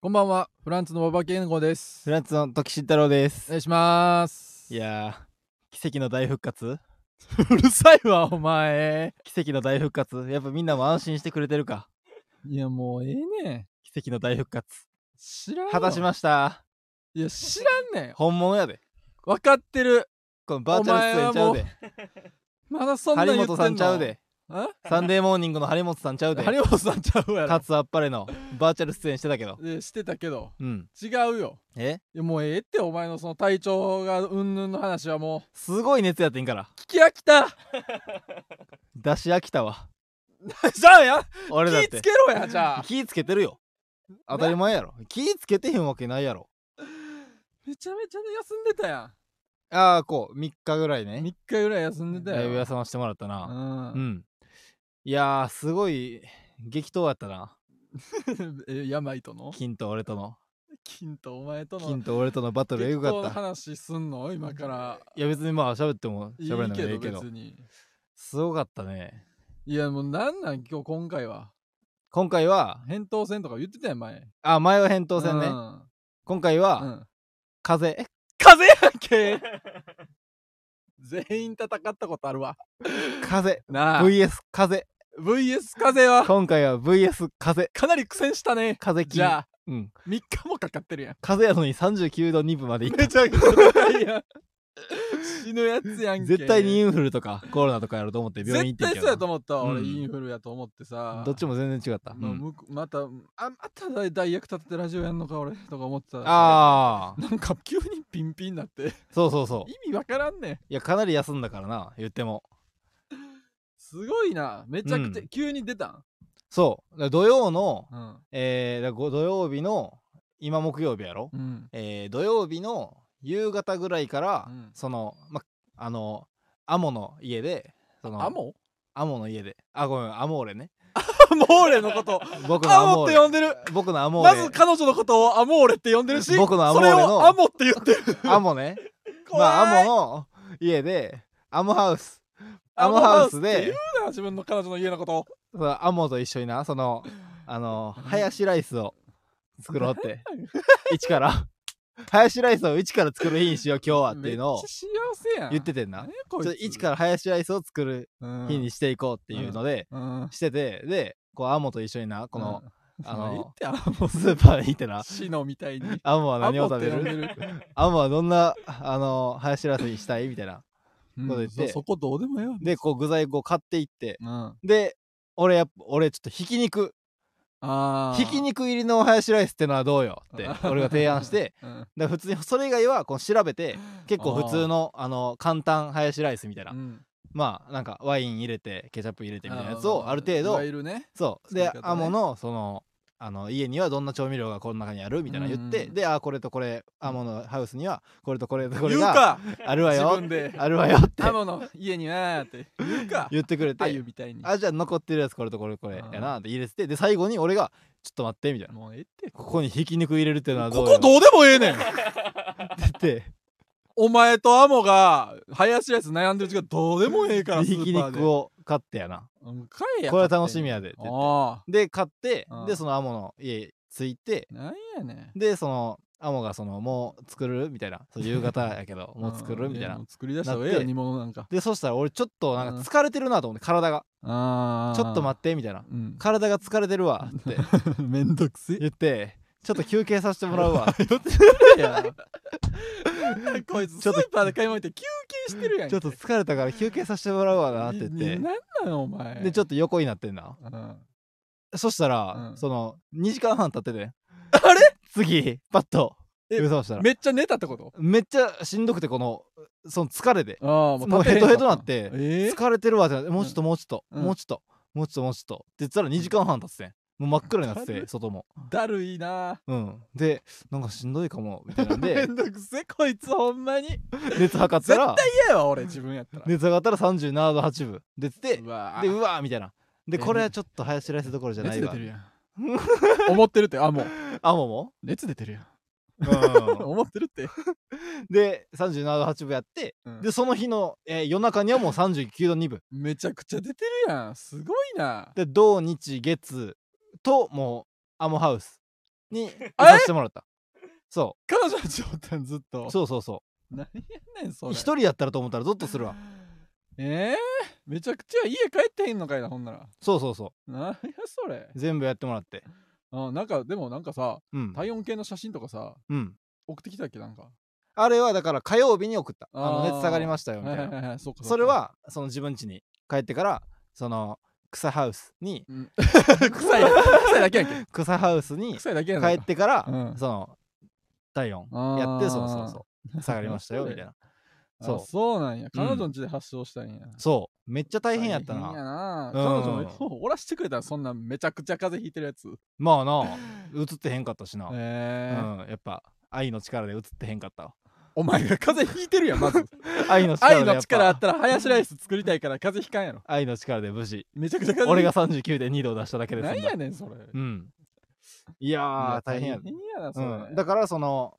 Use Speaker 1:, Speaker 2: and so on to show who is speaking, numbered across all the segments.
Speaker 1: こんばんは、フランスの馬場健吾です。
Speaker 2: フランツの時慎太郎で
Speaker 1: お
Speaker 2: す。
Speaker 1: 願いします。
Speaker 2: いやー、奇跡の大復活
Speaker 1: うるさいわ、お前。
Speaker 2: 奇跡の大復活やっぱみんなも安心してくれてるか
Speaker 1: いや、もうええねん。
Speaker 2: 奇跡の大復活。
Speaker 1: 知らんわ。
Speaker 2: 果たしました。
Speaker 1: いや、知らんねん。
Speaker 2: 本物やで。
Speaker 1: わかってる。
Speaker 2: このバーチャル出演ちゃうで。
Speaker 1: まだそんな
Speaker 2: 張
Speaker 1: 言ってん
Speaker 2: 本
Speaker 1: の
Speaker 2: さんちゃうで。
Speaker 1: あ
Speaker 2: サンデーモーニングの張本さんちゃうで。
Speaker 1: 張本さんちゃうやろ
Speaker 2: か。つあっぱれのバーチャル出演してたけど。
Speaker 1: えしてたけど、
Speaker 2: うん。
Speaker 1: 違うよ。
Speaker 2: え
Speaker 1: いや、もうええって、お前のその体調がうんぬんの話はも
Speaker 2: すごい熱やってんから。
Speaker 1: う、聞き飽き た。
Speaker 2: 出し飽きたわ。
Speaker 1: じゃあや、
Speaker 2: 俺だっ
Speaker 1: 気
Speaker 2: て
Speaker 1: つ。けろや、じ ゃあ。
Speaker 2: 気ぃつけてるよ。当たり前やろ。気ぃつけてへんわけないやろ。
Speaker 1: めちゃめちゃね、休んでたや
Speaker 2: ああ、こう、3日ぐらい
Speaker 1: ん。
Speaker 2: ね。
Speaker 1: 3日ぐらい休んでた
Speaker 2: だいぶ
Speaker 1: よ。
Speaker 2: 休ませてもらったな。
Speaker 1: うん
Speaker 2: う。ん。いやー、すごい激闘やったな。
Speaker 1: え病との
Speaker 2: 金と俺との。
Speaker 1: 金とお前との
Speaker 2: 金と俺とのバトル、えぐか
Speaker 1: 適当な
Speaker 2: った。
Speaker 1: 話すんの今から
Speaker 2: いや、別にまあ、喋っても
Speaker 1: いい
Speaker 2: 喋らなく
Speaker 1: け
Speaker 2: てい
Speaker 1: ど
Speaker 2: いけど
Speaker 1: 別。に
Speaker 2: すごかったね。
Speaker 1: いやもうなんなん今日今回は
Speaker 2: 今回は、
Speaker 1: 返答戦とか言ってたやん前
Speaker 2: あ、前は返答戦ね。
Speaker 1: うん
Speaker 2: 今回
Speaker 1: う
Speaker 2: は、
Speaker 1: ん
Speaker 2: 風邪。
Speaker 1: 風やんけ全員戦ったことあるわ
Speaker 2: 風。
Speaker 1: なあ
Speaker 2: VS 風。
Speaker 1: VS 風は
Speaker 2: 今回は VS 風。
Speaker 1: かなり苦戦したね
Speaker 2: 風金。
Speaker 1: じゃあ
Speaker 2: うん。
Speaker 1: 3日もかか ってるやん
Speaker 2: 風やのに39度2分までいった
Speaker 1: めちゃくちゃ高いやん死ぬやつやんけ
Speaker 2: 絶対にインフルとかコロナとかやろうと思って病院行っ
Speaker 1: 絶
Speaker 2: てん
Speaker 1: 対
Speaker 2: け
Speaker 1: そうやと
Speaker 2: どな。
Speaker 1: 思ったわ俺
Speaker 2: うん
Speaker 1: インフルやと思ってさ
Speaker 2: どっちも全然違った。
Speaker 1: まあ
Speaker 2: うん
Speaker 1: 向こうまたあまた代役立ててラジオやんのか俺とか思ってたら
Speaker 2: あ あ、
Speaker 1: なんか急にピンピンになって
Speaker 2: そうそうそう。
Speaker 1: 意味わからんねん
Speaker 2: いや、かなり休んだからな、言っても。
Speaker 1: すごいなめちゃくちゃ、
Speaker 2: う
Speaker 1: 急に出たん
Speaker 2: そう。だ土曜の、
Speaker 1: うん
Speaker 2: えーだご土曜日の、今木曜日やろ、
Speaker 1: うん
Speaker 2: えー土曜日の夕方ぐらいから、
Speaker 1: うん
Speaker 2: その、ま、あの、アモの家で、その、
Speaker 1: アモ
Speaker 2: アモの家で、あ、ごめん、アモーレね。
Speaker 1: アモーレのこと
Speaker 2: 僕の
Speaker 1: ア
Speaker 2: ア
Speaker 1: モ
Speaker 2: モ
Speaker 1: っ
Speaker 2: ー
Speaker 1: て呼ん
Speaker 2: レ。
Speaker 1: でる
Speaker 2: 僕のアモ
Speaker 1: ま
Speaker 2: ー
Speaker 1: ず
Speaker 2: レ。
Speaker 1: 彼女のことをアモーレって呼んでるし
Speaker 2: 僕のアモーレの
Speaker 1: それをアモって言ってる
Speaker 2: アモね。ま
Speaker 1: 怖い
Speaker 2: あ、アモの家で、アモハウス。ア モ
Speaker 1: アモ
Speaker 2: ハ
Speaker 1: ハウ
Speaker 2: ウ
Speaker 1: ス
Speaker 2: ス
Speaker 1: って言
Speaker 2: で、
Speaker 1: うな自分の彼女の家のことを
Speaker 2: そのアモと一緒にな、その、あの、ハヤシライスを作ろ うって。一から。ハヤシライスを一から作る日にしよう、今日はっていう
Speaker 1: め
Speaker 2: の
Speaker 1: っ
Speaker 2: を
Speaker 1: ちゃ幸せやん
Speaker 2: 言っててんな
Speaker 1: 何や。こい
Speaker 2: ち
Speaker 1: つ
Speaker 2: ょ一からハヤシライスを作る
Speaker 1: ら
Speaker 2: 日にしていこうっていうので、
Speaker 1: うん
Speaker 2: してて、で、こう、アモと一緒にな、この、
Speaker 1: うん
Speaker 2: あの
Speaker 1: 言ってアモ
Speaker 2: スーパーに行ってな、
Speaker 1: シノみたいに
Speaker 2: アモは何を食べ
Speaker 1: アモって
Speaker 2: る
Speaker 1: 呼んでる
Speaker 2: アモはどんな、あの、ハヤシライスにしたいみたいな。
Speaker 1: うん
Speaker 2: こと言って
Speaker 1: そそこどうでもよ、
Speaker 2: で、こう、具材こう買っていって、
Speaker 1: うん、あ
Speaker 2: で、俺やっぱ、俺ちょっとひき肉、
Speaker 1: あー
Speaker 2: ひき肉入りのハヤシライスってのはどうよって
Speaker 1: あ、
Speaker 2: 俺が提案して、
Speaker 1: うん
Speaker 2: だから普通にそれ以外はこう調べて結構普通のあの簡単ハヤシライスみたいな、
Speaker 1: うん
Speaker 2: まあなんかワイン入れてケチャップ入れてみたいなやつをある程
Speaker 1: い
Speaker 2: 度
Speaker 1: わゆるね
Speaker 2: そう
Speaker 1: 作り
Speaker 2: で
Speaker 1: 方ね
Speaker 2: アモのそのあの家にはどんな調味料がこの中にあるみたいな言って、
Speaker 1: うん
Speaker 2: であこれとこれアモのハウスにはこれとこれとこれ
Speaker 1: 言う
Speaker 2: が
Speaker 1: か
Speaker 2: あるわ
Speaker 1: 自
Speaker 2: よ
Speaker 1: 分で
Speaker 2: あるわよって
Speaker 1: アモの家にはって言うか
Speaker 2: 言ってくれ
Speaker 1: あゆ
Speaker 2: て
Speaker 1: みたいに
Speaker 2: あじゃあ残ってるやつこれとこれこれ
Speaker 1: うん
Speaker 2: やなって入れててで最後に俺がちょっと待ってみたいな
Speaker 1: もうええって
Speaker 2: ここにひき肉入れるっていうのはど
Speaker 1: こ
Speaker 2: うよ
Speaker 1: こどうでもええねん
Speaker 2: って
Speaker 1: お前とアモが林やつ悩んでる時間どうでもええからス
Speaker 2: ひき
Speaker 1: ーパーで
Speaker 2: 肉を買ってやな
Speaker 1: うん買えや
Speaker 2: これは楽しみやでって言って
Speaker 1: ああ
Speaker 2: で買って、
Speaker 1: うん
Speaker 2: でそのアモの家着いて
Speaker 1: なんやねん
Speaker 2: でそのアモがそのもう作るみたいなそう夕方や けどもう作る
Speaker 1: ん
Speaker 2: みたい
Speaker 1: や
Speaker 2: な
Speaker 1: もう作り出したらええ
Speaker 2: なっ
Speaker 1: よ
Speaker 2: て
Speaker 1: 煮物なんか
Speaker 2: でそしたら俺ちょっとなんか疲れてるなと思って体が
Speaker 1: ああ
Speaker 2: ちょっと待ってみたいな
Speaker 1: うん、
Speaker 2: 体が疲れてるわって
Speaker 1: めんどくせえ
Speaker 2: 言ってちょっと休憩させてもら うわ
Speaker 1: やこいつス
Speaker 2: ちょっと
Speaker 1: ーパーで買い物行って休憩してるやん
Speaker 2: ちょっと疲れたから休憩させてもらうわなって言
Speaker 1: ね
Speaker 2: っ
Speaker 1: なんなのお前
Speaker 2: てでちょっ
Speaker 1: と、
Speaker 2: と横になってんな
Speaker 1: うん
Speaker 2: そしたら、
Speaker 1: うん
Speaker 2: その2時間半経ってて
Speaker 1: あれ
Speaker 2: 次パッと
Speaker 1: え
Speaker 2: 目覚ましたら
Speaker 1: めっちゃ寝たってこと
Speaker 2: めっちゃしんどくてこのその疲れで
Speaker 1: ああ
Speaker 2: もうヘトヘトなって
Speaker 1: え
Speaker 2: 疲れてるわってなってもうちょっともうちょっと、
Speaker 1: うん
Speaker 2: もうちょっともうちょっともうちょっとって言ったら2時間半経っててもう真っ暗になって
Speaker 1: だる
Speaker 2: て外も
Speaker 1: ー、だるいな
Speaker 2: うんでなんかしんどいかもみたいなん
Speaker 1: め
Speaker 2: で
Speaker 1: んどくせこいつほんまに嫌
Speaker 2: 熱測ったら
Speaker 1: やわ俺自分やったら
Speaker 2: 熱測ったら37度8分出てて
Speaker 1: うわ
Speaker 2: でうわーみたいな
Speaker 1: え
Speaker 2: でこれはちょっとハヤシライスどころじゃな
Speaker 1: 熱
Speaker 2: い
Speaker 1: 出
Speaker 2: わ
Speaker 1: てるやん 思ってるってあもう
Speaker 2: アモも、
Speaker 1: 熱出てるやん
Speaker 2: う
Speaker 1: 思ってるって、
Speaker 2: ん、 で37度8分やって
Speaker 1: うん
Speaker 2: でその日の、えー夜中にはもう39度2分
Speaker 1: めちゃくちゃ出てるやんすごいな
Speaker 2: で土日月ともうアモハウスにいさせてもらったそ
Speaker 1: 彼女の状態ずっと
Speaker 2: うそうそうそ
Speaker 1: 何やねんそうれ
Speaker 2: 一人やったらと思ったらゾッとするわ
Speaker 1: えー、めちゃくちゃ家帰ってへんのかいなほんなら
Speaker 2: そうそうそ
Speaker 1: 何やそれ
Speaker 2: う全部やってもらって
Speaker 1: あなんかでもなんかさ
Speaker 2: うん
Speaker 1: 体温計の写真とかさ
Speaker 2: うん
Speaker 1: 送ってきたっけなんか
Speaker 2: あれはだから火曜日に送ったあの
Speaker 1: あー
Speaker 2: 熱下がりましたよみた
Speaker 1: はい
Speaker 2: い
Speaker 1: は
Speaker 2: な
Speaker 1: は
Speaker 2: い
Speaker 1: い はいそうかうか
Speaker 2: それはその自分家に帰ってからその草ハウスに
Speaker 1: うん 臭いやん臭いだけやんけ
Speaker 2: 草ハウスに
Speaker 1: 臭いだけやん
Speaker 2: 帰ってから、
Speaker 1: うん
Speaker 2: その体温
Speaker 1: あー
Speaker 2: やってそうそうそう下がりました よみたいな
Speaker 1: そ
Speaker 2: そうう
Speaker 1: そうなんや彼女ん家で発症したんや、
Speaker 2: そうめっちゃ大変やった
Speaker 1: 大変やな、
Speaker 2: なうん
Speaker 1: 彼女もそうおらしてくれたらそんなめちゃくちゃ風邪ひいてるやつ
Speaker 2: まあな映ってへんかったしな、
Speaker 1: えー
Speaker 2: うん、やっぱ愛の力で映ってへんかったわ
Speaker 1: お前が風邪ひいて るやんまず
Speaker 2: 愛の力で
Speaker 1: 愛
Speaker 2: やっぱ
Speaker 1: の力あったらハヤシライス作りたいから風邪ひかんやろ
Speaker 2: 愛の力で無事
Speaker 1: めちゃくちゃ風邪
Speaker 2: 俺が39.2度を出しただけです
Speaker 1: 何
Speaker 2: んだ
Speaker 1: やねんそれ
Speaker 2: うんいや
Speaker 1: い
Speaker 2: ー
Speaker 1: や
Speaker 2: 大変や
Speaker 1: 大変やなそれ、
Speaker 2: うん、だからその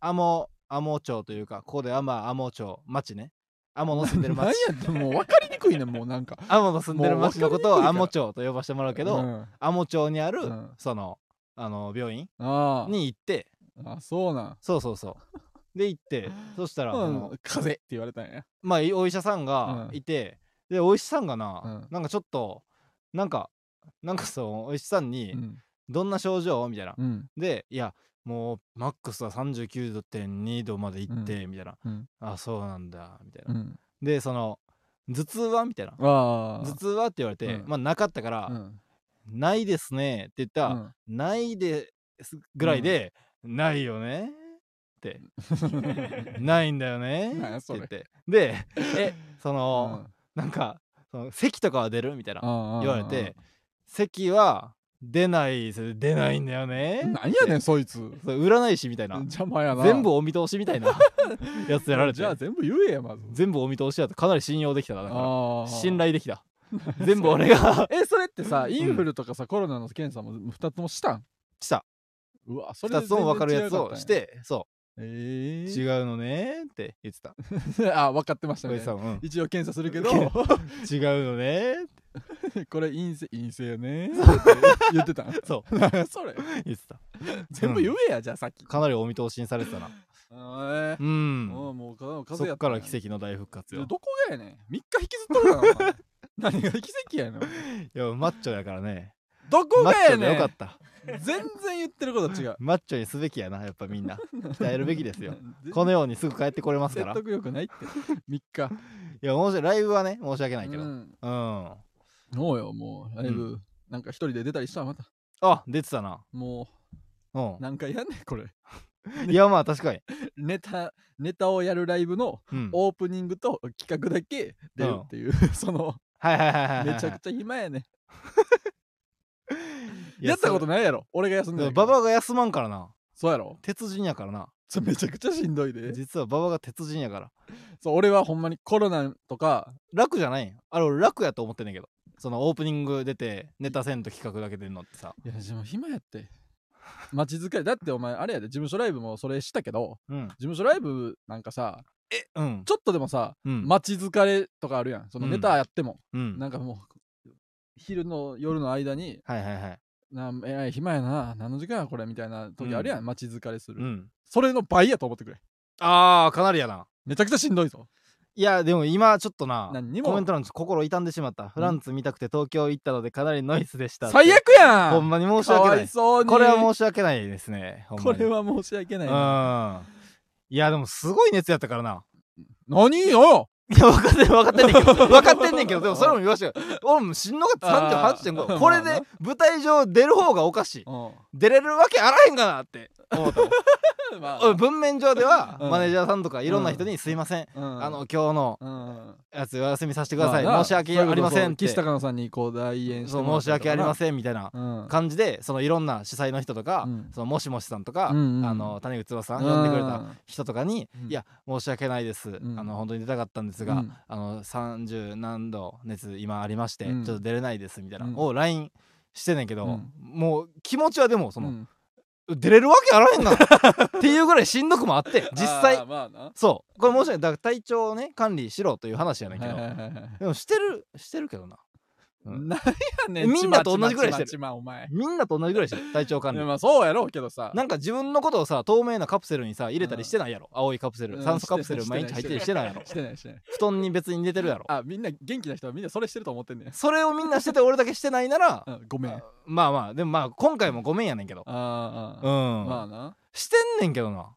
Speaker 2: 天モ天モ町というかここで天天モ町町ね天モの住んでる
Speaker 1: 何や
Speaker 2: 町
Speaker 1: ってもう分かりにくいねんもうなん か
Speaker 2: 天モの住んでる町のこと
Speaker 1: もう分
Speaker 2: を
Speaker 1: かりに
Speaker 2: 天
Speaker 1: くい
Speaker 2: モ町と呼ばせてもらうけど、
Speaker 1: うん
Speaker 2: 天モ町にある、
Speaker 1: うん
Speaker 2: そのあの病院
Speaker 1: あー
Speaker 2: に行って
Speaker 1: あそうなん
Speaker 2: そうそうそうで行 ってそしたら、
Speaker 1: う
Speaker 2: そ
Speaker 1: ん
Speaker 2: の
Speaker 1: 風邪って言われたんや
Speaker 2: まあお医者さんが
Speaker 1: うん
Speaker 2: いて、でお医者さんがな、
Speaker 1: うん
Speaker 2: なんかちょっとなんかなんかそうお医者さんに、
Speaker 1: うん、
Speaker 2: どんな症状?」みたいな、
Speaker 1: うん
Speaker 2: で「いやもうマックスは39.2度まで行って」みたいな「
Speaker 1: うん
Speaker 2: あそうなんだ」みたいな、
Speaker 1: うん、
Speaker 2: でその「頭痛は?」みたいな「
Speaker 1: ああ
Speaker 2: 頭痛は?」って言われて、
Speaker 1: うん
Speaker 2: まあなかったから「
Speaker 1: うん
Speaker 2: ないですね」って言ったら「
Speaker 1: うん
Speaker 2: ないです」ぐらいで「ないよね」 って「ないんだよね」
Speaker 1: なんや
Speaker 2: って
Speaker 1: それ
Speaker 2: 言ってで「えその、
Speaker 1: うん
Speaker 2: なんかその咳とかは出る?」みたいな
Speaker 1: 言
Speaker 2: 言われて「咳は出ないです出ないんだよね」
Speaker 1: 何やねんそいつ
Speaker 2: そう占い師みたいな
Speaker 1: 邪魔やな
Speaker 2: 全部お見通しみた いなやつやられ
Speaker 1: じゃあ
Speaker 2: て
Speaker 1: 全部言えやまず
Speaker 2: 全部お見通しやったかなり信用できたなだか
Speaker 1: あ
Speaker 2: ら
Speaker 1: ー
Speaker 2: 信頼で きた全部俺が
Speaker 1: えそれってさインフルとかさ、コロナの検査も2つともしたん
Speaker 2: した
Speaker 1: うわ それで
Speaker 2: 2つとも分かるやつを
Speaker 1: 全
Speaker 2: して
Speaker 1: 然
Speaker 2: そう
Speaker 1: 違
Speaker 2: 違
Speaker 1: うか
Speaker 2: うのねーって言って た
Speaker 1: ったんやえー、あ分かってました
Speaker 2: 小
Speaker 1: ね
Speaker 2: 石さん は
Speaker 1: 一応検査するけど
Speaker 2: うん違うのねーって
Speaker 1: これ陰性陰性よねって言ってた ん
Speaker 2: そ
Speaker 1: 何やそれ
Speaker 2: う 言ってた
Speaker 1: 全部言えやじゃあさっき
Speaker 2: かなりお見通しにされてたな
Speaker 1: あー
Speaker 2: う
Speaker 1: も
Speaker 2: ん
Speaker 1: うもう風
Speaker 2: そ
Speaker 1: 邪や
Speaker 2: っ
Speaker 1: った
Speaker 2: か
Speaker 1: んや
Speaker 2: ら奇跡の大復活よ
Speaker 1: どこがやねん3日引きずっとるから 何が奇跡やねん
Speaker 2: いやマッチョやからね
Speaker 1: どこ
Speaker 2: マ
Speaker 1: が
Speaker 2: ッチ
Speaker 1: や
Speaker 2: ョで
Speaker 1: ね
Speaker 2: よか
Speaker 1: ん
Speaker 2: った
Speaker 1: 全然言ってること違う
Speaker 2: マッチョにすべきやなやっぱみんな鍛えるべきですよ
Speaker 1: 全然
Speaker 2: このようにすぐ帰ってこれますか
Speaker 1: 説
Speaker 2: ら
Speaker 1: 得力ないって3日
Speaker 2: いや面白いライブはね申し訳ないけど
Speaker 1: う
Speaker 2: うん
Speaker 1: ん
Speaker 2: あ
Speaker 1: そうよもうライブ、なんか一人で出たりしたらまた
Speaker 2: 出てたな
Speaker 1: も
Speaker 2: うん
Speaker 1: う何回やんねんこれ
Speaker 2: いやまあ確かに。
Speaker 1: ネタネタをやるライブの
Speaker 2: うん
Speaker 1: オープニングと企画だけ出るっていう、 その
Speaker 2: はいはいはいはいはい。
Speaker 1: めちゃくちゃ暇やねん
Speaker 2: いや
Speaker 1: やったことないやろ俺が休ん
Speaker 2: そ
Speaker 1: で
Speaker 2: れ
Speaker 1: ない
Speaker 2: でも
Speaker 1: から
Speaker 2: ババアが休まんからな。
Speaker 1: そうやろ
Speaker 2: 鉄人やからな。
Speaker 1: それめちゃくちゃしんどいで
Speaker 2: 実はババアが鉄人やから。
Speaker 1: そう俺はほんまにコロナとか
Speaker 2: 楽じゃないんあれ俺楽やと思ってんねんけど。そのオープニング出てネタせんと企画だけ出るのってさ。
Speaker 1: いやでも暇やって街づかりだってお前あれやで事務所ライブもそれしたけど
Speaker 2: うん。
Speaker 1: 事務所ライブなんかさ
Speaker 2: うん。
Speaker 1: ちょっとでもさ
Speaker 2: うん。
Speaker 1: 街疲れとかあるやんその
Speaker 2: うん
Speaker 1: ネタやっても、
Speaker 2: うん。
Speaker 1: なんかもう昼の夜の間に
Speaker 2: はいはいはい。
Speaker 1: なえらい暇やな何の時間やこれみたいな時あるやん、
Speaker 2: う
Speaker 1: 街疲れする、
Speaker 2: うん。
Speaker 1: それの倍やと思ってくれ
Speaker 2: あー、かなりやな。
Speaker 1: めちゃくちゃしんどいぞ
Speaker 2: いやでも今ちょっとな
Speaker 1: 何にも
Speaker 2: コメント欄ちょっと心痛んでしまったフランツ見たくて東京行ったのでかなりノイズでしたって
Speaker 1: 最悪や
Speaker 2: ほん
Speaker 1: ん
Speaker 2: まに申し
Speaker 1: か
Speaker 2: 訳
Speaker 1: わ
Speaker 2: ない
Speaker 1: いそうに
Speaker 2: これは申し訳ないですねほんま
Speaker 1: こ
Speaker 2: に
Speaker 1: れは申し訳ないな
Speaker 2: うん。いや、でもすごい熱やったからな。
Speaker 1: 何よ
Speaker 2: いや、分かってん、分かってんねんけど、 分かってんねんけど、でもそれも言わし てよ俺もしんどかった
Speaker 1: あー
Speaker 2: 38.5。こ
Speaker 1: ま
Speaker 2: れ
Speaker 1: あ
Speaker 2: で
Speaker 1: な
Speaker 2: 舞台上出る方がおかしい。
Speaker 1: うん
Speaker 2: 出れるわけあらへんかなって思ったもん。
Speaker 1: ま
Speaker 2: 俺 文面上では、
Speaker 1: うん
Speaker 2: マネージャーさんとかいろんな人に、すいません。
Speaker 1: うん
Speaker 2: あの、今日の
Speaker 1: うん
Speaker 2: やつお休みさせてください。
Speaker 1: まあな
Speaker 2: 申し訳ありませんって。
Speaker 1: そういうことそう岸
Speaker 2: そ
Speaker 1: 高野さんにこう代演して
Speaker 2: う、申し訳ありま
Speaker 1: せ、
Speaker 2: せんみたいなん
Speaker 1: うん、
Speaker 2: 感じで、そのいろんな主催の人とか
Speaker 1: うん、
Speaker 2: そのもしもしさんとか、あ
Speaker 1: うんうん
Speaker 2: の、谷口翼さん呼んでくれた人とかに「
Speaker 1: うん
Speaker 2: いや申し訳ないです、
Speaker 1: ん
Speaker 2: あの本当に出たかったんですが、
Speaker 1: うん
Speaker 2: あの30何度熱今ありまして、
Speaker 1: うん
Speaker 2: ちょっと出れないです」みたいな、
Speaker 1: うん
Speaker 2: を LINE してんねんけど、
Speaker 1: うん
Speaker 2: もう気持ちはでもそ
Speaker 1: うん
Speaker 2: の、
Speaker 1: うん
Speaker 2: 出れるわけあらへんなっていうぐらいしんどくも あって実
Speaker 1: あー
Speaker 2: 際
Speaker 1: まあな
Speaker 2: そうこれ申し訳ないだから体調をね管理しろという話やねんけど、
Speaker 1: はいはいはいはい
Speaker 2: でもしてるしてるけどなうん
Speaker 1: なんやねん、
Speaker 2: みんなと同じぐらいしてる
Speaker 1: ちまちまちまお前。
Speaker 2: みんなと同じぐらいでしょ体調管
Speaker 1: い
Speaker 2: 理
Speaker 1: やまあそうやろうけどさ。
Speaker 2: なんか自分のことをさ透明なカプセルにさ入れたりしてないやろ、青いカプセル、
Speaker 1: うん
Speaker 2: 酸素カプセル
Speaker 1: してな
Speaker 2: 毎
Speaker 1: い
Speaker 2: 日入ってりしてないやろ
Speaker 1: してないしてない。
Speaker 2: 布団に別に寝てるやろ
Speaker 1: あ、みんな元気な人はみんなそれしてると思ってんねん。
Speaker 2: それをみんなしてて俺だけしてないなら
Speaker 1: うんごめん。あ
Speaker 2: あまあまあでもまあ今回もごめんやねんけど
Speaker 1: あ
Speaker 2: う
Speaker 1: あ
Speaker 2: ん、
Speaker 1: あ、まあな。
Speaker 2: してんねんけどな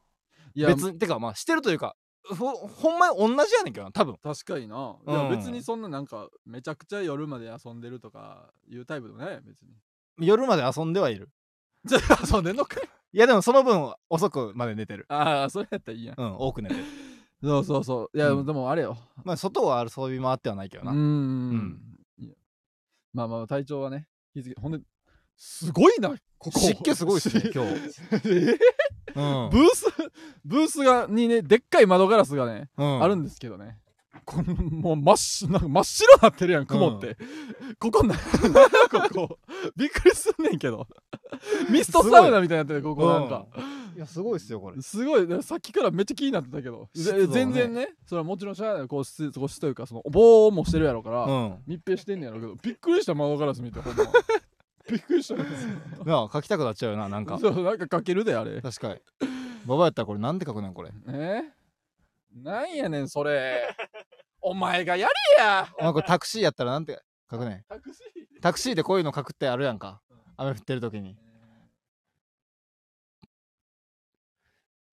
Speaker 2: い
Speaker 1: や、
Speaker 2: 別にてかまあしてるというかほほんまに同じやねんけどな多分
Speaker 1: 確かにな。い
Speaker 2: う
Speaker 1: や
Speaker 2: ん
Speaker 1: 別にそんななんか、めちゃくちゃ夜まで遊んでるとかいうタイプでもないやん別に。
Speaker 2: 夜まで遊んではいる
Speaker 1: じゃあ遊んでんのかい
Speaker 2: いやでもその分遅くまで寝てる
Speaker 1: ああ、それやったらいいやん。
Speaker 2: うん多く寝 てる
Speaker 1: そうそうそう。いや、
Speaker 2: うん
Speaker 1: でもあれよ。
Speaker 2: まあ外は遊び回ってはないけど
Speaker 1: う
Speaker 2: な、
Speaker 1: んうん。いやまあまあ、体調はね、日付ほんで、すごいな、ここ。
Speaker 2: 湿気すごいっすね 今日、
Speaker 1: え
Speaker 2: うん
Speaker 1: ブース、ブースがにね、でっかい窓ガラスがね、
Speaker 2: うん
Speaker 1: あるんですけどね。このもう真っ白なんか真っ白なってるやん雲って、ここな ここびっくりすんねんけ どミストサウナみたいになってるここなんか、
Speaker 2: いやすごいっすよこれ
Speaker 1: すごいさっきからめっちゃ気になってたけど、
Speaker 2: 湿度はね
Speaker 1: 全然ねそれはもちろんしゃあないこうしこうしというかその棒もしてるやろから、
Speaker 2: うん
Speaker 1: 密閉してんねやろうけどびっくりした窓ガラス見てほん まびっくりしたんですよ
Speaker 2: なあ書きたくなっちゃうよななんか
Speaker 1: そうなんかかけるであれ
Speaker 2: 確かにババやったらこれなんて書くねん これ
Speaker 1: えなんやねんそれお前がやれや
Speaker 2: あこれタクシーやったらなんて書くねん
Speaker 1: タクシー
Speaker 2: タクシーでこういうの書くってあるやんか雨降ってる時に